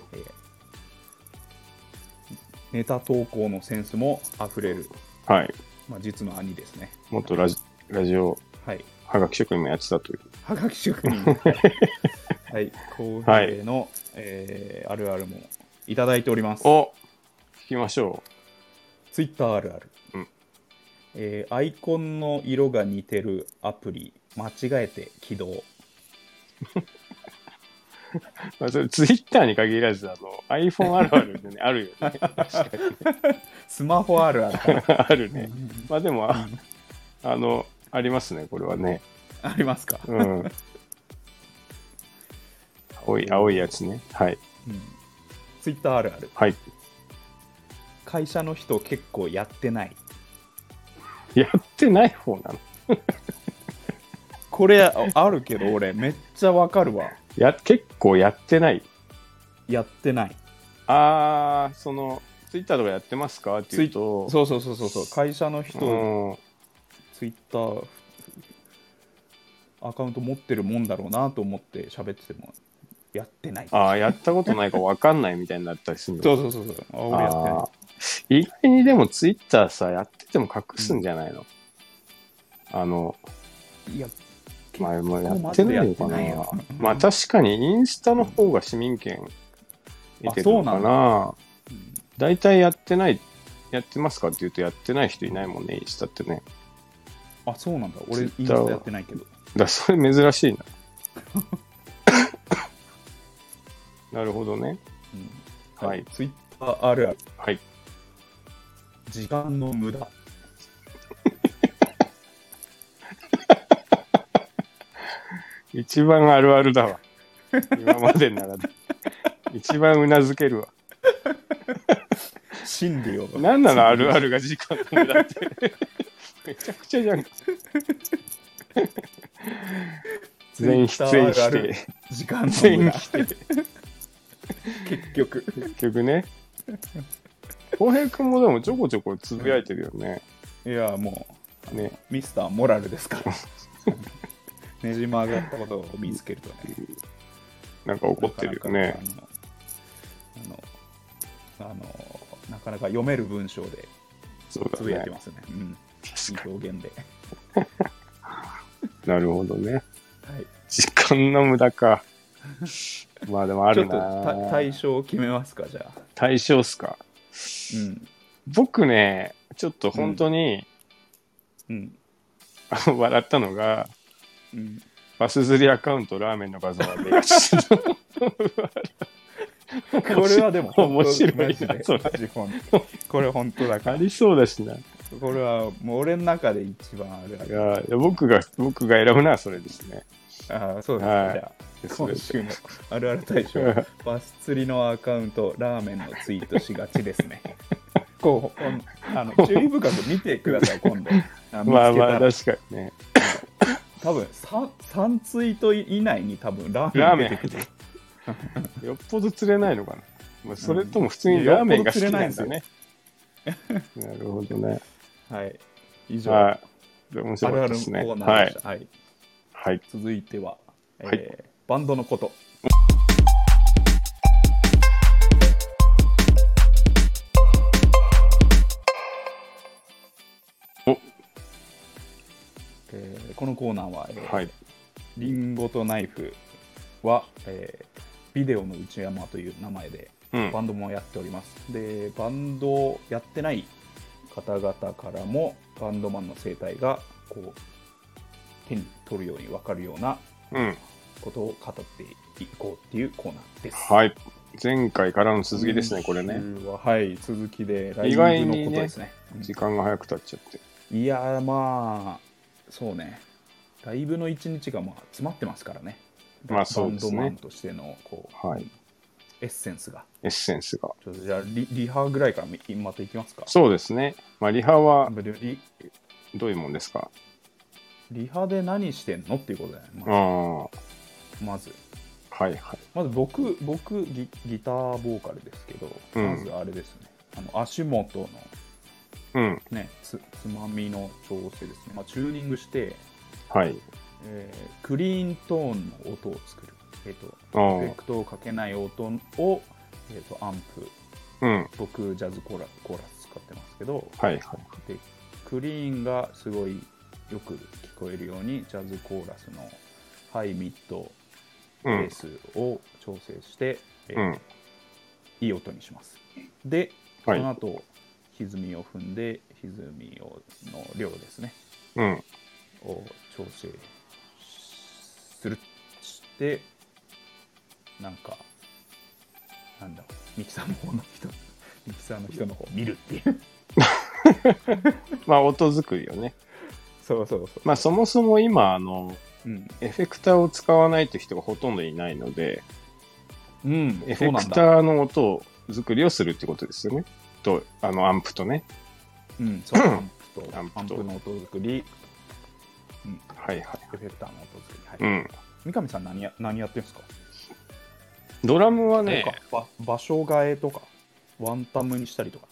A: ネタ投稿のセンスもあふれる、
B: はい。
A: まあ、実の兄ですね
B: 元ラジラジオ
A: はい
B: はがき職人もやってたという。
A: はがき職 人。はい、コーヒーの、えーあるあるもいただいております。
B: お聞きましょ
A: ツイッターあるある、
B: うん
A: えーアイコンの色が似てるアプリ、間違えて起動。
B: う。まあ、それツイッターに限らず、あの、iPhone あるあるでね、あるよね。
A: スマホあ るあるか
B: あるね。まあでも、ああの、ありますね、これはね。
A: ありますか、
B: うん。青い、青いやつね。はい。
A: うんツイッターあるある。
B: はい。
A: 会社の人結構やってない。
B: やってない方なの。
A: これああるけど俺めっちゃわかるわ。
B: や、結構やってない。
A: やってない。
B: あー、その、ツイッターとかやってますかっていうと、
A: そうそうそうそうそう。会社の人、
B: うん
A: ツイッターアカウント持ってるもんだろうなと思って喋っててもやってない。
B: あーやったことないか分かんないみたいになったりするの
A: そうそうそうそう。あ俺やってない
B: あ。ー意外にでもツイッターさ、やってても隠すんじゃないの、あの、
A: いや、
B: まあ、もうや
A: 構
B: ってないのかな
A: やってないようん
B: まあ確かにインスタの方が市民権得てる
A: あそ
B: のか
A: う
B: な。大体やってない、やってますかって言うとやってない人いないもんね、インスタってね。
A: あ、そうなんだ。俺、イン
B: Twitter
A: スタやってないけど。
B: だからそれ珍しい な。なるほどね。
A: うん
B: はい
A: ツイッターあるある。
B: はい。
A: 時間の無駄。
B: 一番あるあるだわ。今までならで。一番うなずけるわ。
A: 心理を。
B: なんなのあるあるが時間の無駄って。 めちゃくちゃじゃんか。全否定
A: あ
B: し
A: るある
B: て。
A: 時間の無
B: 全
A: 駄。
B: 否定。
A: 結局。
B: 結局ね。浩平君もでもちょこちょこつぶやいてるよね。
A: いや、も
B: ね。
A: う、ミスターモラルです から。ねじ曲がったことを見つけるとね。
B: なんか怒ってるよね。
A: なかなか。あの、あの、あのなかなか読める文章で
B: そう
A: つぶやい
B: だ
A: て
B: ね。
A: ますね。うん。いい表現で。
B: なるほどね。
A: はい。
B: 時間の無駄 か。まあでもあ
A: ちょ
B: る
A: っとた
B: な。
A: 対象を決めますか、じゃあ。
B: 対象っすか。
A: うん。
B: 僕ね、ちょっと本当に、
A: うん。
B: あの笑ったのが、
A: うん。
B: バス釣りアカウントラーメンの画像が出がち。
A: これはでも本当
B: 面白いな
A: マジで
B: それ
A: マジ本これ本当だか
B: あ
A: ら
B: りそうだしな。い
A: これはもう俺の中で一番あるある
B: やいや僕が、僕が選ぶのはそれですね。
A: ああそうですね、
B: はい
A: じゃ
B: で
A: あ
B: それ
A: 今週のあるある大 賞バス釣りのアカウントラーメンのツイートしがちです ねこうほんあの注意深く見てください今 度あ
B: まあ
A: 見つけた
B: ま
A: ら
B: あ確かにね。
A: 多分 3, 3ツイート以内に多分ラーメン
B: ラーメ
A: 出てくる
B: ン。よっぽど釣れないのかな。まあ、それとも普通
A: うん
B: にラーメンが好きな
A: よ
B: ん
A: っぽど
B: だ
A: 釣れ
B: ね。なるほど ね。
A: はい以上、
B: はい。面
A: あ
B: 白
A: る
B: か
A: あるの
B: ったで
A: コ
B: すね。
A: ーナ
B: は
A: ーで
B: い
A: し。た、はい、
B: はい。
A: 続いては、えー
B: はい
A: バンドのこと
B: お
A: えーこのコーナーは、えー
B: はい。
A: リンゴとナイフは、えービデオの内山という名前で
B: うん
A: バ。ンドもやっております、でバンドをやってない方々からもバンドマンの生態がこう手に取るように分かるような
B: うん。
A: ことを語っていこうっていうコーナーです
B: はい。前回からの続きですね、これね。
A: 今週ははい続きでライ
B: 意
A: ブ
B: 外にね
A: のことですね
B: 時間が早く経っちゃって。
A: うんいやーまあそうねライブの一日がまあ詰まってますからね
B: まあそうですね
A: バンドマンとしてのこう、
B: はい。
A: エッセンスが
B: エッセンスが。
A: ちょっとじゃあリリハぐらいからみまた行きますか
B: そうですね。まあ、リハは
A: リ
B: どういうもんですか
A: リハで何してんのっていうことだよね
B: あ、あ。は
A: ままず
B: いはい。
A: まず僕僕ギギターボーカルですけど、
B: うん
A: まずあれですねあの足元の
B: うん。
A: ねつつまみの調整ですね、まあ、チューニングして、
B: はい。
A: えークリーントーンの音を作るえっ、と
B: あ
A: エフェ
B: ー
A: クトをかけない音を、えー、とアンプ
B: うん。はい
A: 僕ジャズコーラコーラス使ってますけど
B: はい。
A: でクリーンがすごいよく聞こえるようにジャズコーラスのハイミッド
B: う
A: ベー
B: ん。
A: スを調整して、えー
B: うん。
A: いい音にしますでそ
B: はい
A: の後、歪みを踏んで歪みをの量ですね
B: うん。
A: を調整するしてなんかなんだろうミキサーの方の人ミキサーの人の方を見るっていう
B: まあ、音作りよね。
A: そうそうそう、
B: まあ、そもそも今、あの、
A: うん
B: エフェクターを使わないという人がほとんどいないので、
A: うん、
B: エフ
A: そう
B: ェ
A: なん
B: ク
A: だ。
B: ターの音を作りをするってことですよね。と、あの、アンプとね。
A: うん、そう、アンプと、
B: ア
A: ア
B: ン
A: ン
B: プと
A: プの音作り、うん、
B: はいはい。
A: エフェクターの音作り。はい。
B: うん。
A: 三上さん何や、何やってんですか
B: ドラムは
A: なん
B: ね
A: か、ば場所替えとか、ワンタムにしたりとか。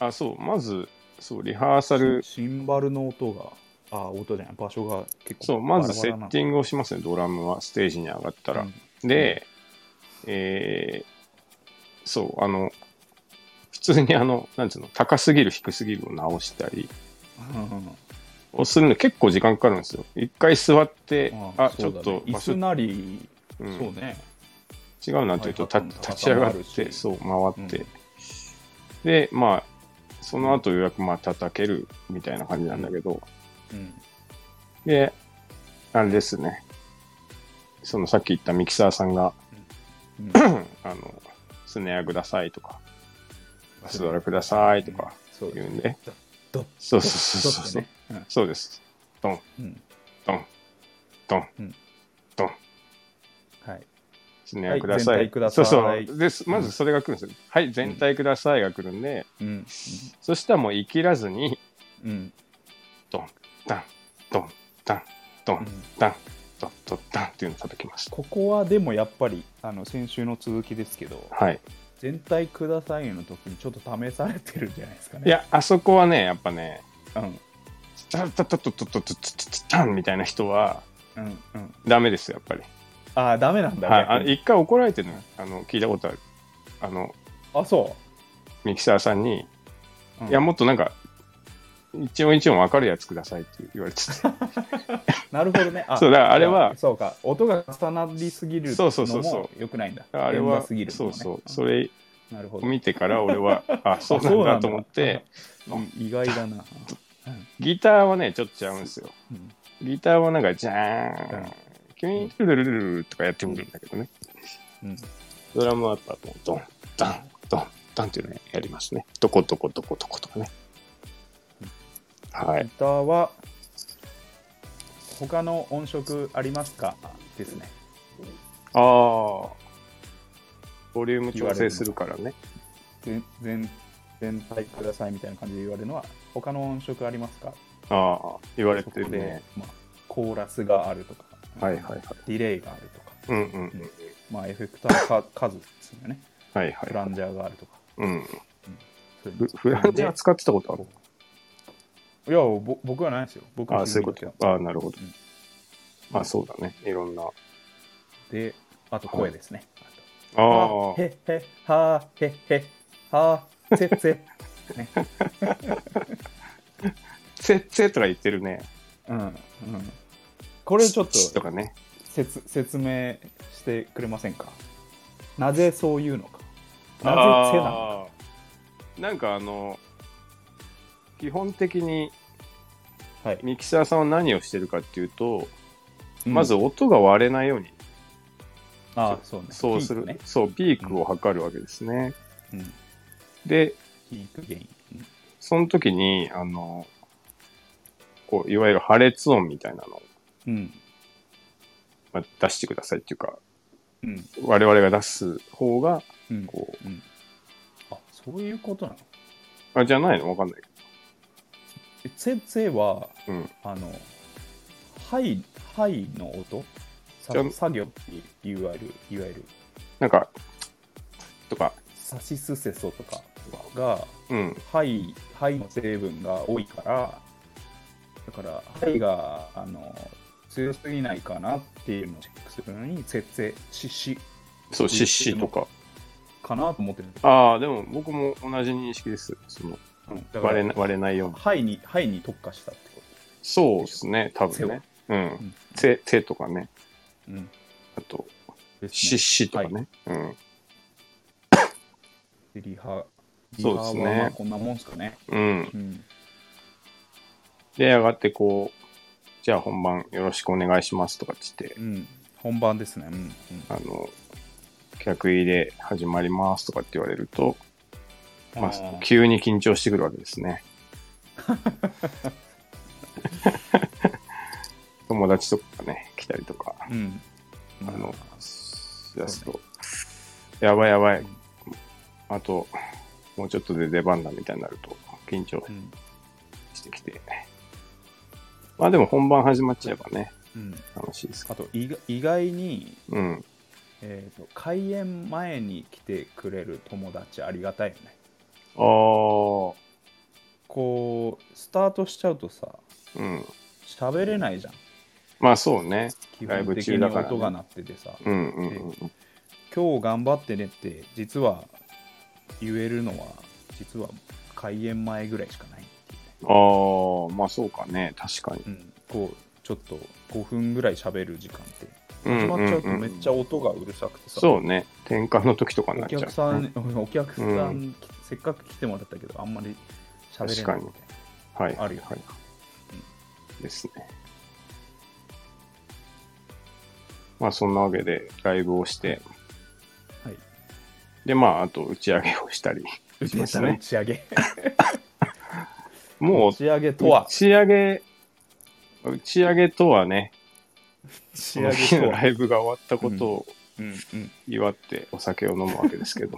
B: あ、そう、まず、そう、リハーサル、
A: シンバルの音が、あ、音じゃない、場所が結構
B: そう、まずセ
A: バラバラな
B: ッティングをしますね、ドラムは、ステージに上がったら。で、えー、そう、あの、普通にあの、なんつうの、高すぎる、低すぎるを直したり
A: うんうんうん
B: をするの結構時間かかるんですよ。一回座って、あ、ち
A: そ
B: ょ
A: う
B: っ
A: だね
B: と
A: 椅
B: 場所、
A: 子なり、
B: うん
A: そうね。
B: 違うなっていうと、た
A: はい
B: 立ち上が
A: 高さもあ
B: って、
A: るし
B: そう、回って、
A: うん
B: で、まあ、その後ようやく、まあ、叩けるみたいな感じなんだけど、
A: うん。
B: で、あれですね。そのさっき言ったミキサーさんが、
A: うん
B: あの、スネアくださいとか、バスドラくださいとか
A: そう
B: 言
A: です
B: う
A: ね。
B: んで、
A: ドッ
B: そうそうそうそ
A: ド
B: う。
A: ッてね
B: そうです。ドン、
A: うんうん
B: ドン、ドン、
A: うん
B: ドン、
A: はい。
B: スネアください。
A: はい全体ください
B: そうそう。です。まずそれが来るんですよ。はい、全体くださいが来るんで、
A: うん。
B: そしたらもう生きらずに、
A: うんうん。
B: ドン、ダン、ドン、ダン、ド
A: う
B: ン、
A: ん
B: ダン、ドン、ドン、ダンっていうのを叩きました。
A: ここはでもやっぱりあの先週の続きですけど
B: はい。
A: 全体くださいの時にちょっと試されてるんじゃないですかね
B: い、や、あそこはね、やっぱね、
A: うん
B: タタタタタタタタタンみたいな人は
A: うんうん、
B: ダメですよやっぱり、
A: ああダメなんだ、
B: はい、あ
A: 逆に
B: 一回怒られてるのよあの聞いたことあるあの
A: あそ
B: ミキサーさんに
A: う、うん
B: 「いやもっとなんか一音一音分かるやつください」って言われてて
A: なるほどねあ
B: そうだからあれは
A: そうか音が重なりすぎる
B: そうそうそ
A: の
B: うそう
A: もよくないんだ
B: あれ
A: 円
B: は
A: が過ぎるの
B: そ
A: も
B: う
A: ね
B: そうそれ
A: うんなるほど
B: 見てから俺はあそう
A: あそうなん
B: なだ
A: んだ
B: と思って
A: い意外だな
B: ギターはねちょっと違うんですよ
A: うん
B: ギターはなんか「じゃー
A: うん
B: ん」「キュインルルルルル」とかやってみるんだけどね
A: うん
B: ドラムはやっぱもうドンダンドンダンっていうのをやりますねどこどこどこどことかねはい
A: ギターは他の音色ありますかですね
B: ああ。ボリューム調整するからね。
A: 全全全体くださいみたいな感じで言われるのは他の音色ありますか
B: ああ、言われ
A: そ
B: て
A: こ
B: る
A: で、
B: ね。
A: まあ、コーラスがあるとか、
B: はいはいはい。
A: ディレイがあるとか、
B: うんうん。
A: まあ、エフェクターのか数ですよね
B: はい
A: フ
B: は
A: ランジャーがあるとか
B: い。うん。
A: そういう
B: フ
A: の
B: フランジャー使ってたことある
A: いやぼ僕はないですよ僕
B: あ
A: は
B: あ、そういうこと
A: 気づい
B: か
A: た。
B: ああ、なるほど
A: うん。
B: まあそうだね。いろんな。あ
A: であと声ですね、あ
B: あ
A: とは
B: ー。
A: へへはーへへはーせっせ
B: せっせとか言ってるね。
A: うんうんこれちょっ
B: チッ
A: と
B: とかね。
A: 説説明してくれませんかなぜそういうのかなぜせなの
B: ああ。なんかあの、基本的に
A: はい
B: ミキサーさんは何をしてるかっていうと、
A: うん
B: まず音が割れないように
A: ああそうね
B: そうする、
A: ピークね
B: そう、ピークを測るわけですね。
A: うん
B: で、
A: ピークゲインうん
B: その時に、あの、こう、いわゆる破裂音みたいなのを
A: うん。
B: まあ出してくださいっていうか、
A: うん。
B: 我々が出す方が、
A: うん。
B: こう
A: うん。あ、そういうことなの、
B: あ、じゃないのわかんないけ
A: え先生は、
B: ど。うん。
A: あの、はい、はいの音さ
B: じゃあ
A: 作業っていわゆる、いわゆる、
B: なんか、とか、
A: サシスセソとかが、
B: うん。
A: はい、はいの成分が多いから、だから、はいが、あの、強すぎないかなっていうのをチェックするのに、節制、しし
B: そ
A: う
B: う、
A: ん
B: シッシとか。
A: かなと思ってる。
B: ああ、でも僕も同じ認識です。その、
A: うん、だか
B: 割れ
A: ら、
B: な割れないように。
A: はいに、はいに特化したってこと。
B: そうですね、多分ね。うん。手、手とかね。
A: うん。
B: あと、
A: ですね
B: し、しとかね。
A: リハ、リハ
B: そうですね
A: はまあこんなもんすかね。
B: うん。うん。
A: うん。
B: で、やがてこう、じゃあ本番よろしくお願いしますとかって言って、
A: うん。本番ですね。うん。うん
B: あの、客入れ始まりますとかって言われると、まあ
A: ー、
B: 急に緊張してくるわけです ね。友達とかね、来たりとか、
A: うん。
B: あの、やす
A: そう
B: と、やばいやばい、あと、もうちょっとで出番だみたいになると、緊張
A: うん。
B: してきて。まあでも本番始まっちゃえばね、
A: うん。
B: 楽しいですか
A: あと、意外意外に、
B: ら。うん。
A: えっ、と、開演前に来てくれる友達ありがたいよね。
B: ああ、
A: こう、スタートしちゃうとさ、
B: うん。
A: 喋れないじゃん。
B: まあそうね。
A: 基
B: ライ
A: 本
B: ブ
A: 的
B: 中
A: に
B: だからね
A: 音が鳴っててさ、
B: うんうんうん。
A: 今日頑張ってねって、実は言えるのは、実は開演前ぐらいしかないっていうね。
B: ああ、まあそうかね。確かに。
A: うん、こうちょっと5分ぐらい喋る時間って
B: うん
A: 始まっちゃうと
B: んんん
A: めっちゃ音がうるさくてさ、
B: そうね。転換の時とかに
A: お
B: なっちゃう。
A: 客さ、
B: うん
A: お客さん、
B: うん
A: せっかく来てもらったけどあんまり喋れ
B: 確
A: な
B: か
A: い
B: に
A: みたい
B: はい。
A: あるよ
B: はい。ですね。まあそんなわけでライブをして、
A: なはい
B: でまああと打ち上げをしたりしました
A: 打
B: ね。
A: ち上げ
B: もう
A: 打ち上げとは
B: 打ち上げ、打ち上げとはね、
A: 打ち
B: この日のライブが終わったことを
A: うんうん
B: 祝ってお酒を飲むわけですけど、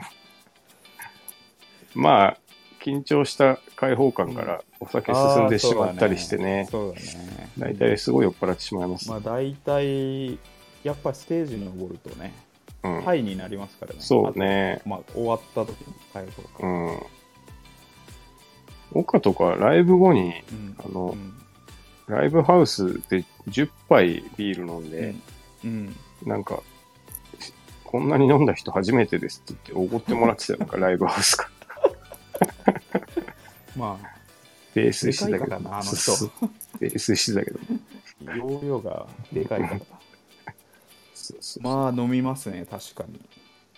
B: まあ、緊張した開放感からお酒進んでしまったりしてね、
A: そうだね
B: 大体すごい酔っ払ってしまいます。
A: まあ大体やっぱステージに登るとね
B: うん
A: ハイになりますからね
B: そうね
A: あとまあ終わった時の解放
B: う
A: 感
B: ん。岡とかライブ後に、
A: うん
B: あの
A: うん
B: ライブハウスで10杯ビール飲んで、
A: うんうん
B: なんか、こんなに飲んだ人初めてですって言って、おごってもらってた よ、なんかライブハウスから。
A: まあ
B: ベースしてたけ
A: でかいか
B: ど
A: らなあの、人
B: そうそうベースしてたけど、
A: 容量がでかい からだ
B: そうそう
A: まあ飲みますね確かに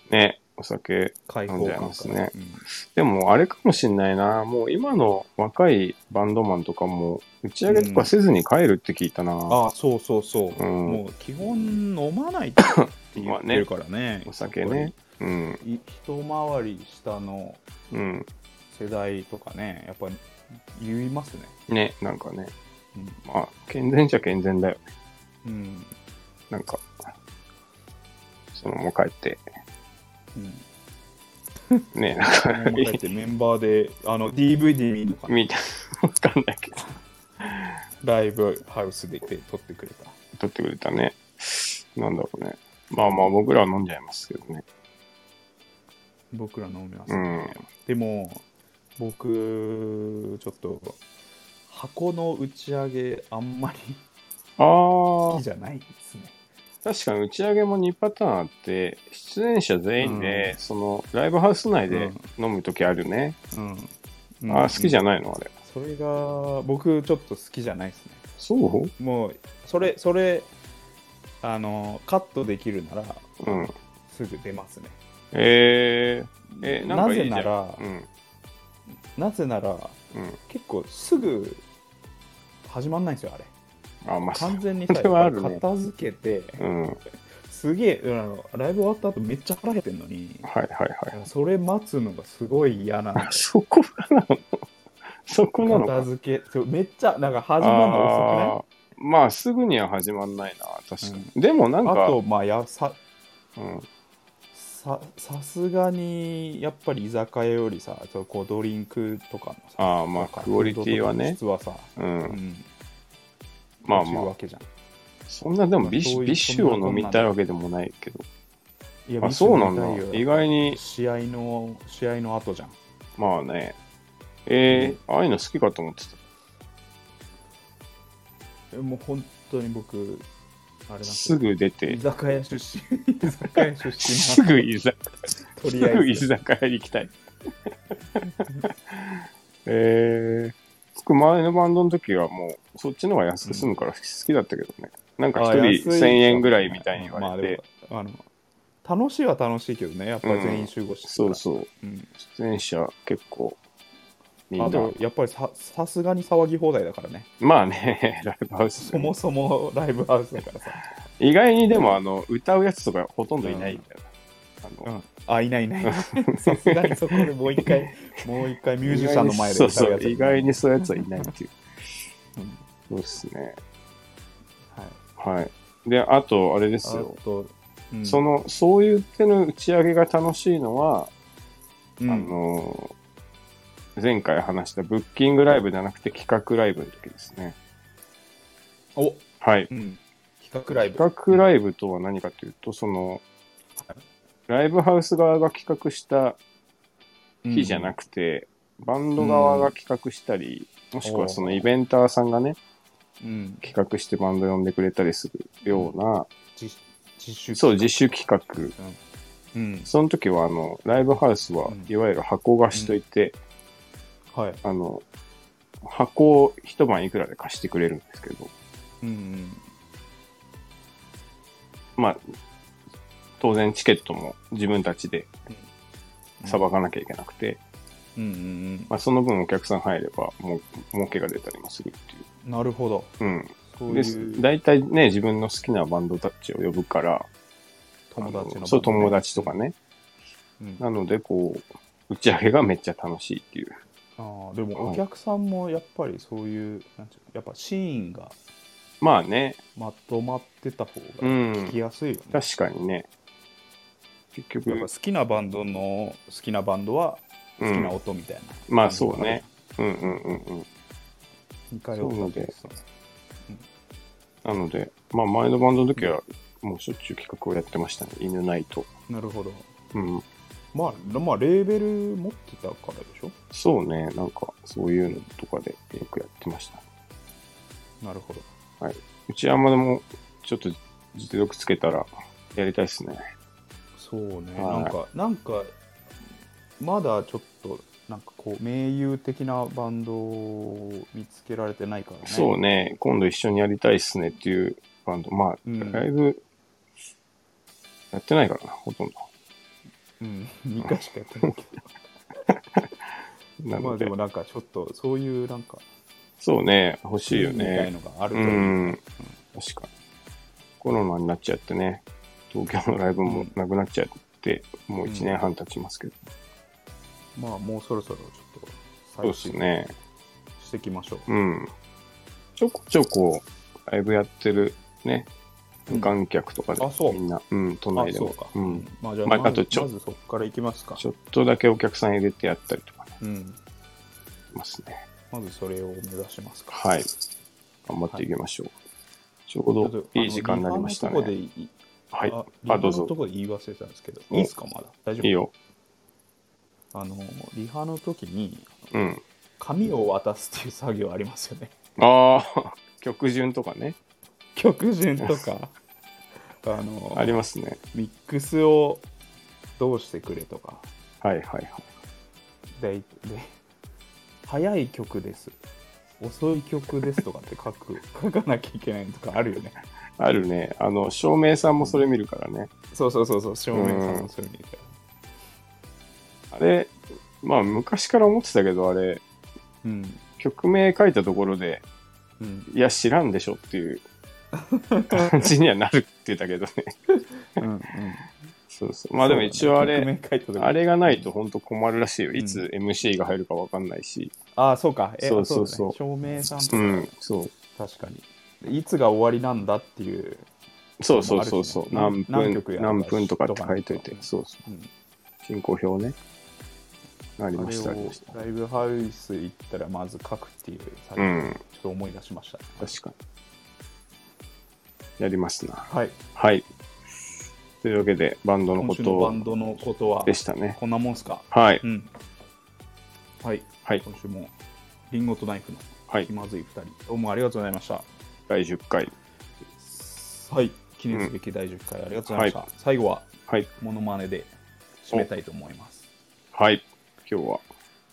B: ね、お酒
A: 開放
B: 飲んじゃい
A: 感
B: ますね
A: うん
B: でもあれかもしんないな。もう今の若いバンドマンとかも打ち上げとかせずに帰るって聞いたな。
A: ああそうそうそう、
B: うん
A: もう基本飲まないって 言ってるからね
B: お酒ね。うん。
A: やっぱりい一回り下の
B: うん。
A: 世代とかねやっぱり言いますね
B: ね、なんかね。
A: うん
B: まあ、健全じゃ健全だよ。
A: うん、
B: なんか、そのまま帰って、
A: うん、
B: ね、なん
A: こ
B: か
A: の、前だってメンバーであ の DVD 見るのかな
B: みたいな、わかんないけど、
A: ライブハウスで撮ってくれた
B: 撮ってくれたね。なんだろうね。まあまあ、僕らは飲んじゃいますけどね。
A: 僕ら飲みます
B: う
A: ね、
B: ん。
A: でも僕ちょっと箱の打ち上げあんまり好
B: ああ
A: き、じゃないですね。
B: 確かに打ち上げも2パターンあって、出演者全員で、その、ライブハウス内で飲むときあるね。
A: うん
B: ああ、好きじ
A: ゃ
B: ゃないのあれ。
A: それが僕ちょっと好きじゃないですね。
B: そう
A: もうそれそれあのカットできるなら
B: うん。
A: すぐ出ますね。
B: えー、え、なんかいいじゃん。
A: なぜなら
B: うん。
A: なぜなら
B: うん。
A: 結構すぐ始まんないんですよあれ。
B: あ、まあ、そう
A: 完全にさ
B: それはあるね
A: やっぱ片付けて
B: うん。はい
A: すげえあのライブ終わった後めっちゃ腹減ってんのに。
B: はいはい。
A: それ待つのがすごい嫌なんだ
B: あ、そこなのそこな
A: よ
B: の
A: 片
B: か。
A: 付けそうめっちゃなんか始まるの
B: あーまあ、すぐには始まんないな、確かに。でもなん
A: 遅くない
B: か、
A: あとまあやさ
B: うん、
A: ささすがにやっぱり居酒屋よりさそうこうドリンクとかのさ
B: ああ、まあ、
A: とか
B: クオリティはね、
A: フードとかの質はさ、
B: う、
A: うんん、
B: まあ
A: 落ちる
B: ま
A: わ
B: あ、
A: けじゃん
B: そんなでもビ
A: そ
B: シ
A: ういう
B: ビシュを飲みたいわけでもないけど、
A: いや
B: あ、そうなんだ
A: 見てみたい。よ
B: 意外に、
A: 試合の試合の後じゃん
B: まあね、えーああいうの好きかと思ってた。
A: えもう本当に僕あれなんです
B: す
A: よ
B: ぐ出て
A: 居、酒屋出身居酒屋出身
B: す
A: な
B: ぐ居酒
A: と
B: す
A: りあえず
B: ぐ 居酒屋行きたい。えー、僕前のバンドの時はもう、そっちの方が安く済むから好きだったけどね。なんか一
A: あ安い
B: 人1000円ぐらいみたいに言われて、
A: まあでもあの楽しいは楽しいけどねやっぱ全員集合してた
B: そ
A: ら、
B: うそう、
A: うん
B: 出演者結構、み
A: あ
B: んな
A: と。やっぱりささすがに騒ぎ放題だからね
B: まあね、 ライブハウス
A: そ。もそもライブハウスだからさ
B: 意外にでも、あの、歌うやつとかほとんどいないんだよな。あの
A: あいないいない さすがにそこでもう一 回もう一回ミュージシャンの前で歌うやつ
B: そうそう、意外にそういうやつはいないっていう。そうですね。
A: はい
B: はい。で、あと、あれですよ。
A: あと、うん
B: その、そういう手の打ち上げが楽しいのは、
A: うん
B: あのー、前回話したブッキングライブじゃなくて企画ライブの時ですね。
A: お、
B: はい。
A: うん、企画ライブ
B: 企画ライブとは何かというと、その、ライブハウス側が企画した日じゃな
A: く
B: くて、バンド側が企画したり、もしくはそのイベンターさんがね、
A: うん、うん
B: 企画してバンド呼んでくれたりするような、
A: 実実習
B: そう、自主企画。
A: うん
B: その時は、あの、ライブハウスは
A: うん、
B: いわゆる箱貸しといて、
A: はい
B: あの、箱を一晩いくらで貸してくれるんですけど、
A: うんうん
B: まあ、当然チケットも自分たちでさばかなきゃいけなくて、
A: うんうん
B: まあ、その分お客さん入れば、もう、儲けが出たりもするっていう
A: うんなるほど。そう
B: うん。
A: い
B: で
A: う、
B: 大体ね、自分の好きなバンドたちを呼ぶから、
A: 友達の番
B: あ
A: 組
B: のそう、友達とかね。
A: うん
B: なので、こう、打ち上げがめっちゃ楽しいっていう。
A: あーでもお客さんもやっぱりそういうなんていうのやっぱシーンが
B: まあね、
A: まとまってた方
B: う
A: が
B: ん
A: 聞。きやすいよね、
B: 確かにね。結
A: やっぱ
B: 局
A: 好、きなバンドの好きなバンドは
B: う、
A: 好きなん音みたいな、
B: まあそうね。うんうんうんうん。
A: 似通ったりさ
B: なので、まあ前のバンドの時は、もうしょっちゅう企画をやってましたね。犬ナイト。
A: なるほど
B: うん。
A: まあまあレーベル持ってたからでしょ
B: そうね。なんか、そういうのとかでよくやってました。
A: なるほど
B: うちはまでも、ちょっと実力つけたら、やりたいですね。
A: そうね、な
B: はい
A: んかなんかまだちょっとなんかこう名優的なバンドを見つけられてないからね
B: そうね。今度一緒にやりたいっすねっていうバンド。まあ、
A: うん
B: ライブ、やってないからな、ほとんど。
A: うん、2回しかやってないけ
B: な
A: どま
B: の
A: あ
B: で、
A: でもなんかちょっとそういうなんか
B: そうね。欲しいよ
A: みたい
B: ね。
A: のがある
B: う
A: とうん
B: ん。確かに。コロナになっちゃってね、東京のライブもなくなっちゃって、もう1年半経ちますけど。
A: まあもうそろそろちょっと
B: そう
A: 再
B: です
A: 生
B: ね。
A: していきましょう
B: うん。ちょこちょこ、ライブやってるね、
A: うん
B: 無観客とか
A: あ
B: で、
A: そう
B: みんな、うん、都内
A: あ
B: で
A: そう
B: も
A: か、
B: ん。
A: まあじゃあ
B: ま
A: ま
B: あ
A: ず,、
B: あとちょ
A: まずそこからいきますか
B: ちょっとだけお客さん入れてやったりとかね、
A: うん、
B: しますね。
A: まずそれを目指しますか
B: はい。頑張っていきましょう。ちょうどいい時間になりました
A: あのリ
B: ね。はい。
A: ハのとこでいあ、
B: あ
A: リハ
B: どうぞ
A: のとこで言い忘れてたんですけど、
B: お
A: いいですか、まだ。大丈夫
B: いいよ。
A: あの、リハの時に、
B: うん。
A: 紙を渡すっていう作業ありますよね。
B: ああ、曲順とかね。
A: 曲順とか、あの、
B: ありますね。
A: ミックスをどうしてくれとか、
B: はいはいはい。
A: で、で早い曲です。遅い曲ですとかって書く書かなきゃいけないのとかあるよね。
B: あるね。あの、照明さんもそれ見るからね。
A: そうそうそうそう、照明さんもそういうのに。
B: あれ、まあ昔から思ってたけど、あれ、
A: うん。
B: 曲名書いたところで、
A: うん。
B: いや、知らんでしょっ ていう感じにはなるって言ったけどね。
A: うん。うん。
B: そうそう。まあでも一応あ
A: そうだ
B: れ、
A: ね曲名書いた時
B: あれがないと本当困るらしいよ。いつ MC が入るかわかんないし。
A: ああ、そうか。え
B: そうそうそう
A: あだね照明さんと
B: う
A: か、
B: ん、そう。
A: 確かに。いつが終わりなんだっていう。
B: そうそうそうそう。
A: ある
B: 何
A: しね何
B: 分
A: 曲、やるか
B: 何分とかって書いといて
A: う。ん
B: そうそう。
A: うん
B: 進行表ね。あり
A: あ
B: ま
A: れ
B: した、あり
A: を
B: ました。
A: ライブハウス行ったらまず書くっていう作
B: う
A: 業、
B: ん、
A: ちょっと思い出しました。
B: 確かに。やりますな。
A: はい。
B: はい。というわけで、バンドの
A: 今
B: こ
A: 週のバ
B: と
A: ンドのことは
B: で、したね。
A: こんなもんすか。
B: はい。
A: うん。はい。
B: はい。
A: 今週も、リンゴとナイフの
B: はい
A: 気。まずい2人、どうもありがとうございました。
B: 第10回。
A: はい。記念すべき第10回ありがとうございました。最後は、
B: はい。
A: モノマネで締めたいと思います。
B: はい。今日は、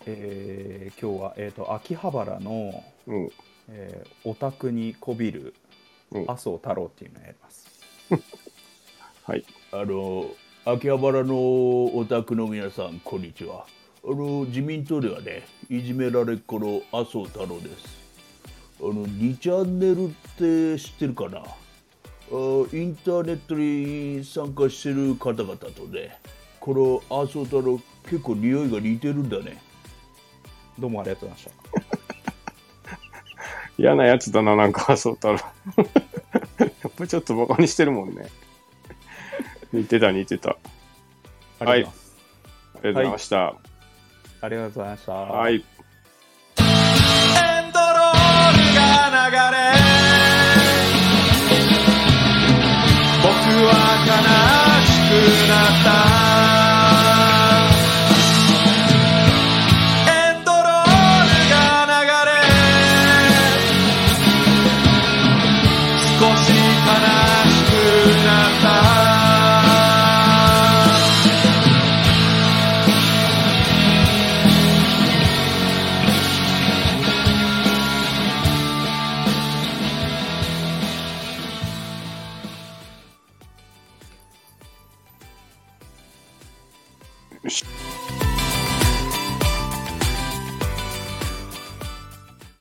A: えー今日は、えー、と秋葉原の、
B: うん。
A: えーお宅にこびる
B: うん
A: 麻生太郎っていうのをやります。
B: はい。
A: あの秋葉原のお宅の皆さんこんにちはあの自民党ではねいじめられっ子の麻生太郎ですあの2チャンネルって知ってるかなあインターネットに参加してる方々とねこの麻生太郎結構匂いが似てるんだねどうもありがとうございました
B: 嫌なやつだな、なんか、そうたら。やっぱちょっとバカにしてるもんね。似てた、似てた。
A: あ
B: あ
A: り
B: り
A: が
B: が
A: とう
B: とありがとうございました。は
A: ございました
B: い。
A: はい
C: エンドロールが流れ僕は悲しくなったエンドロールが流れ少し悲しくなった
B: よし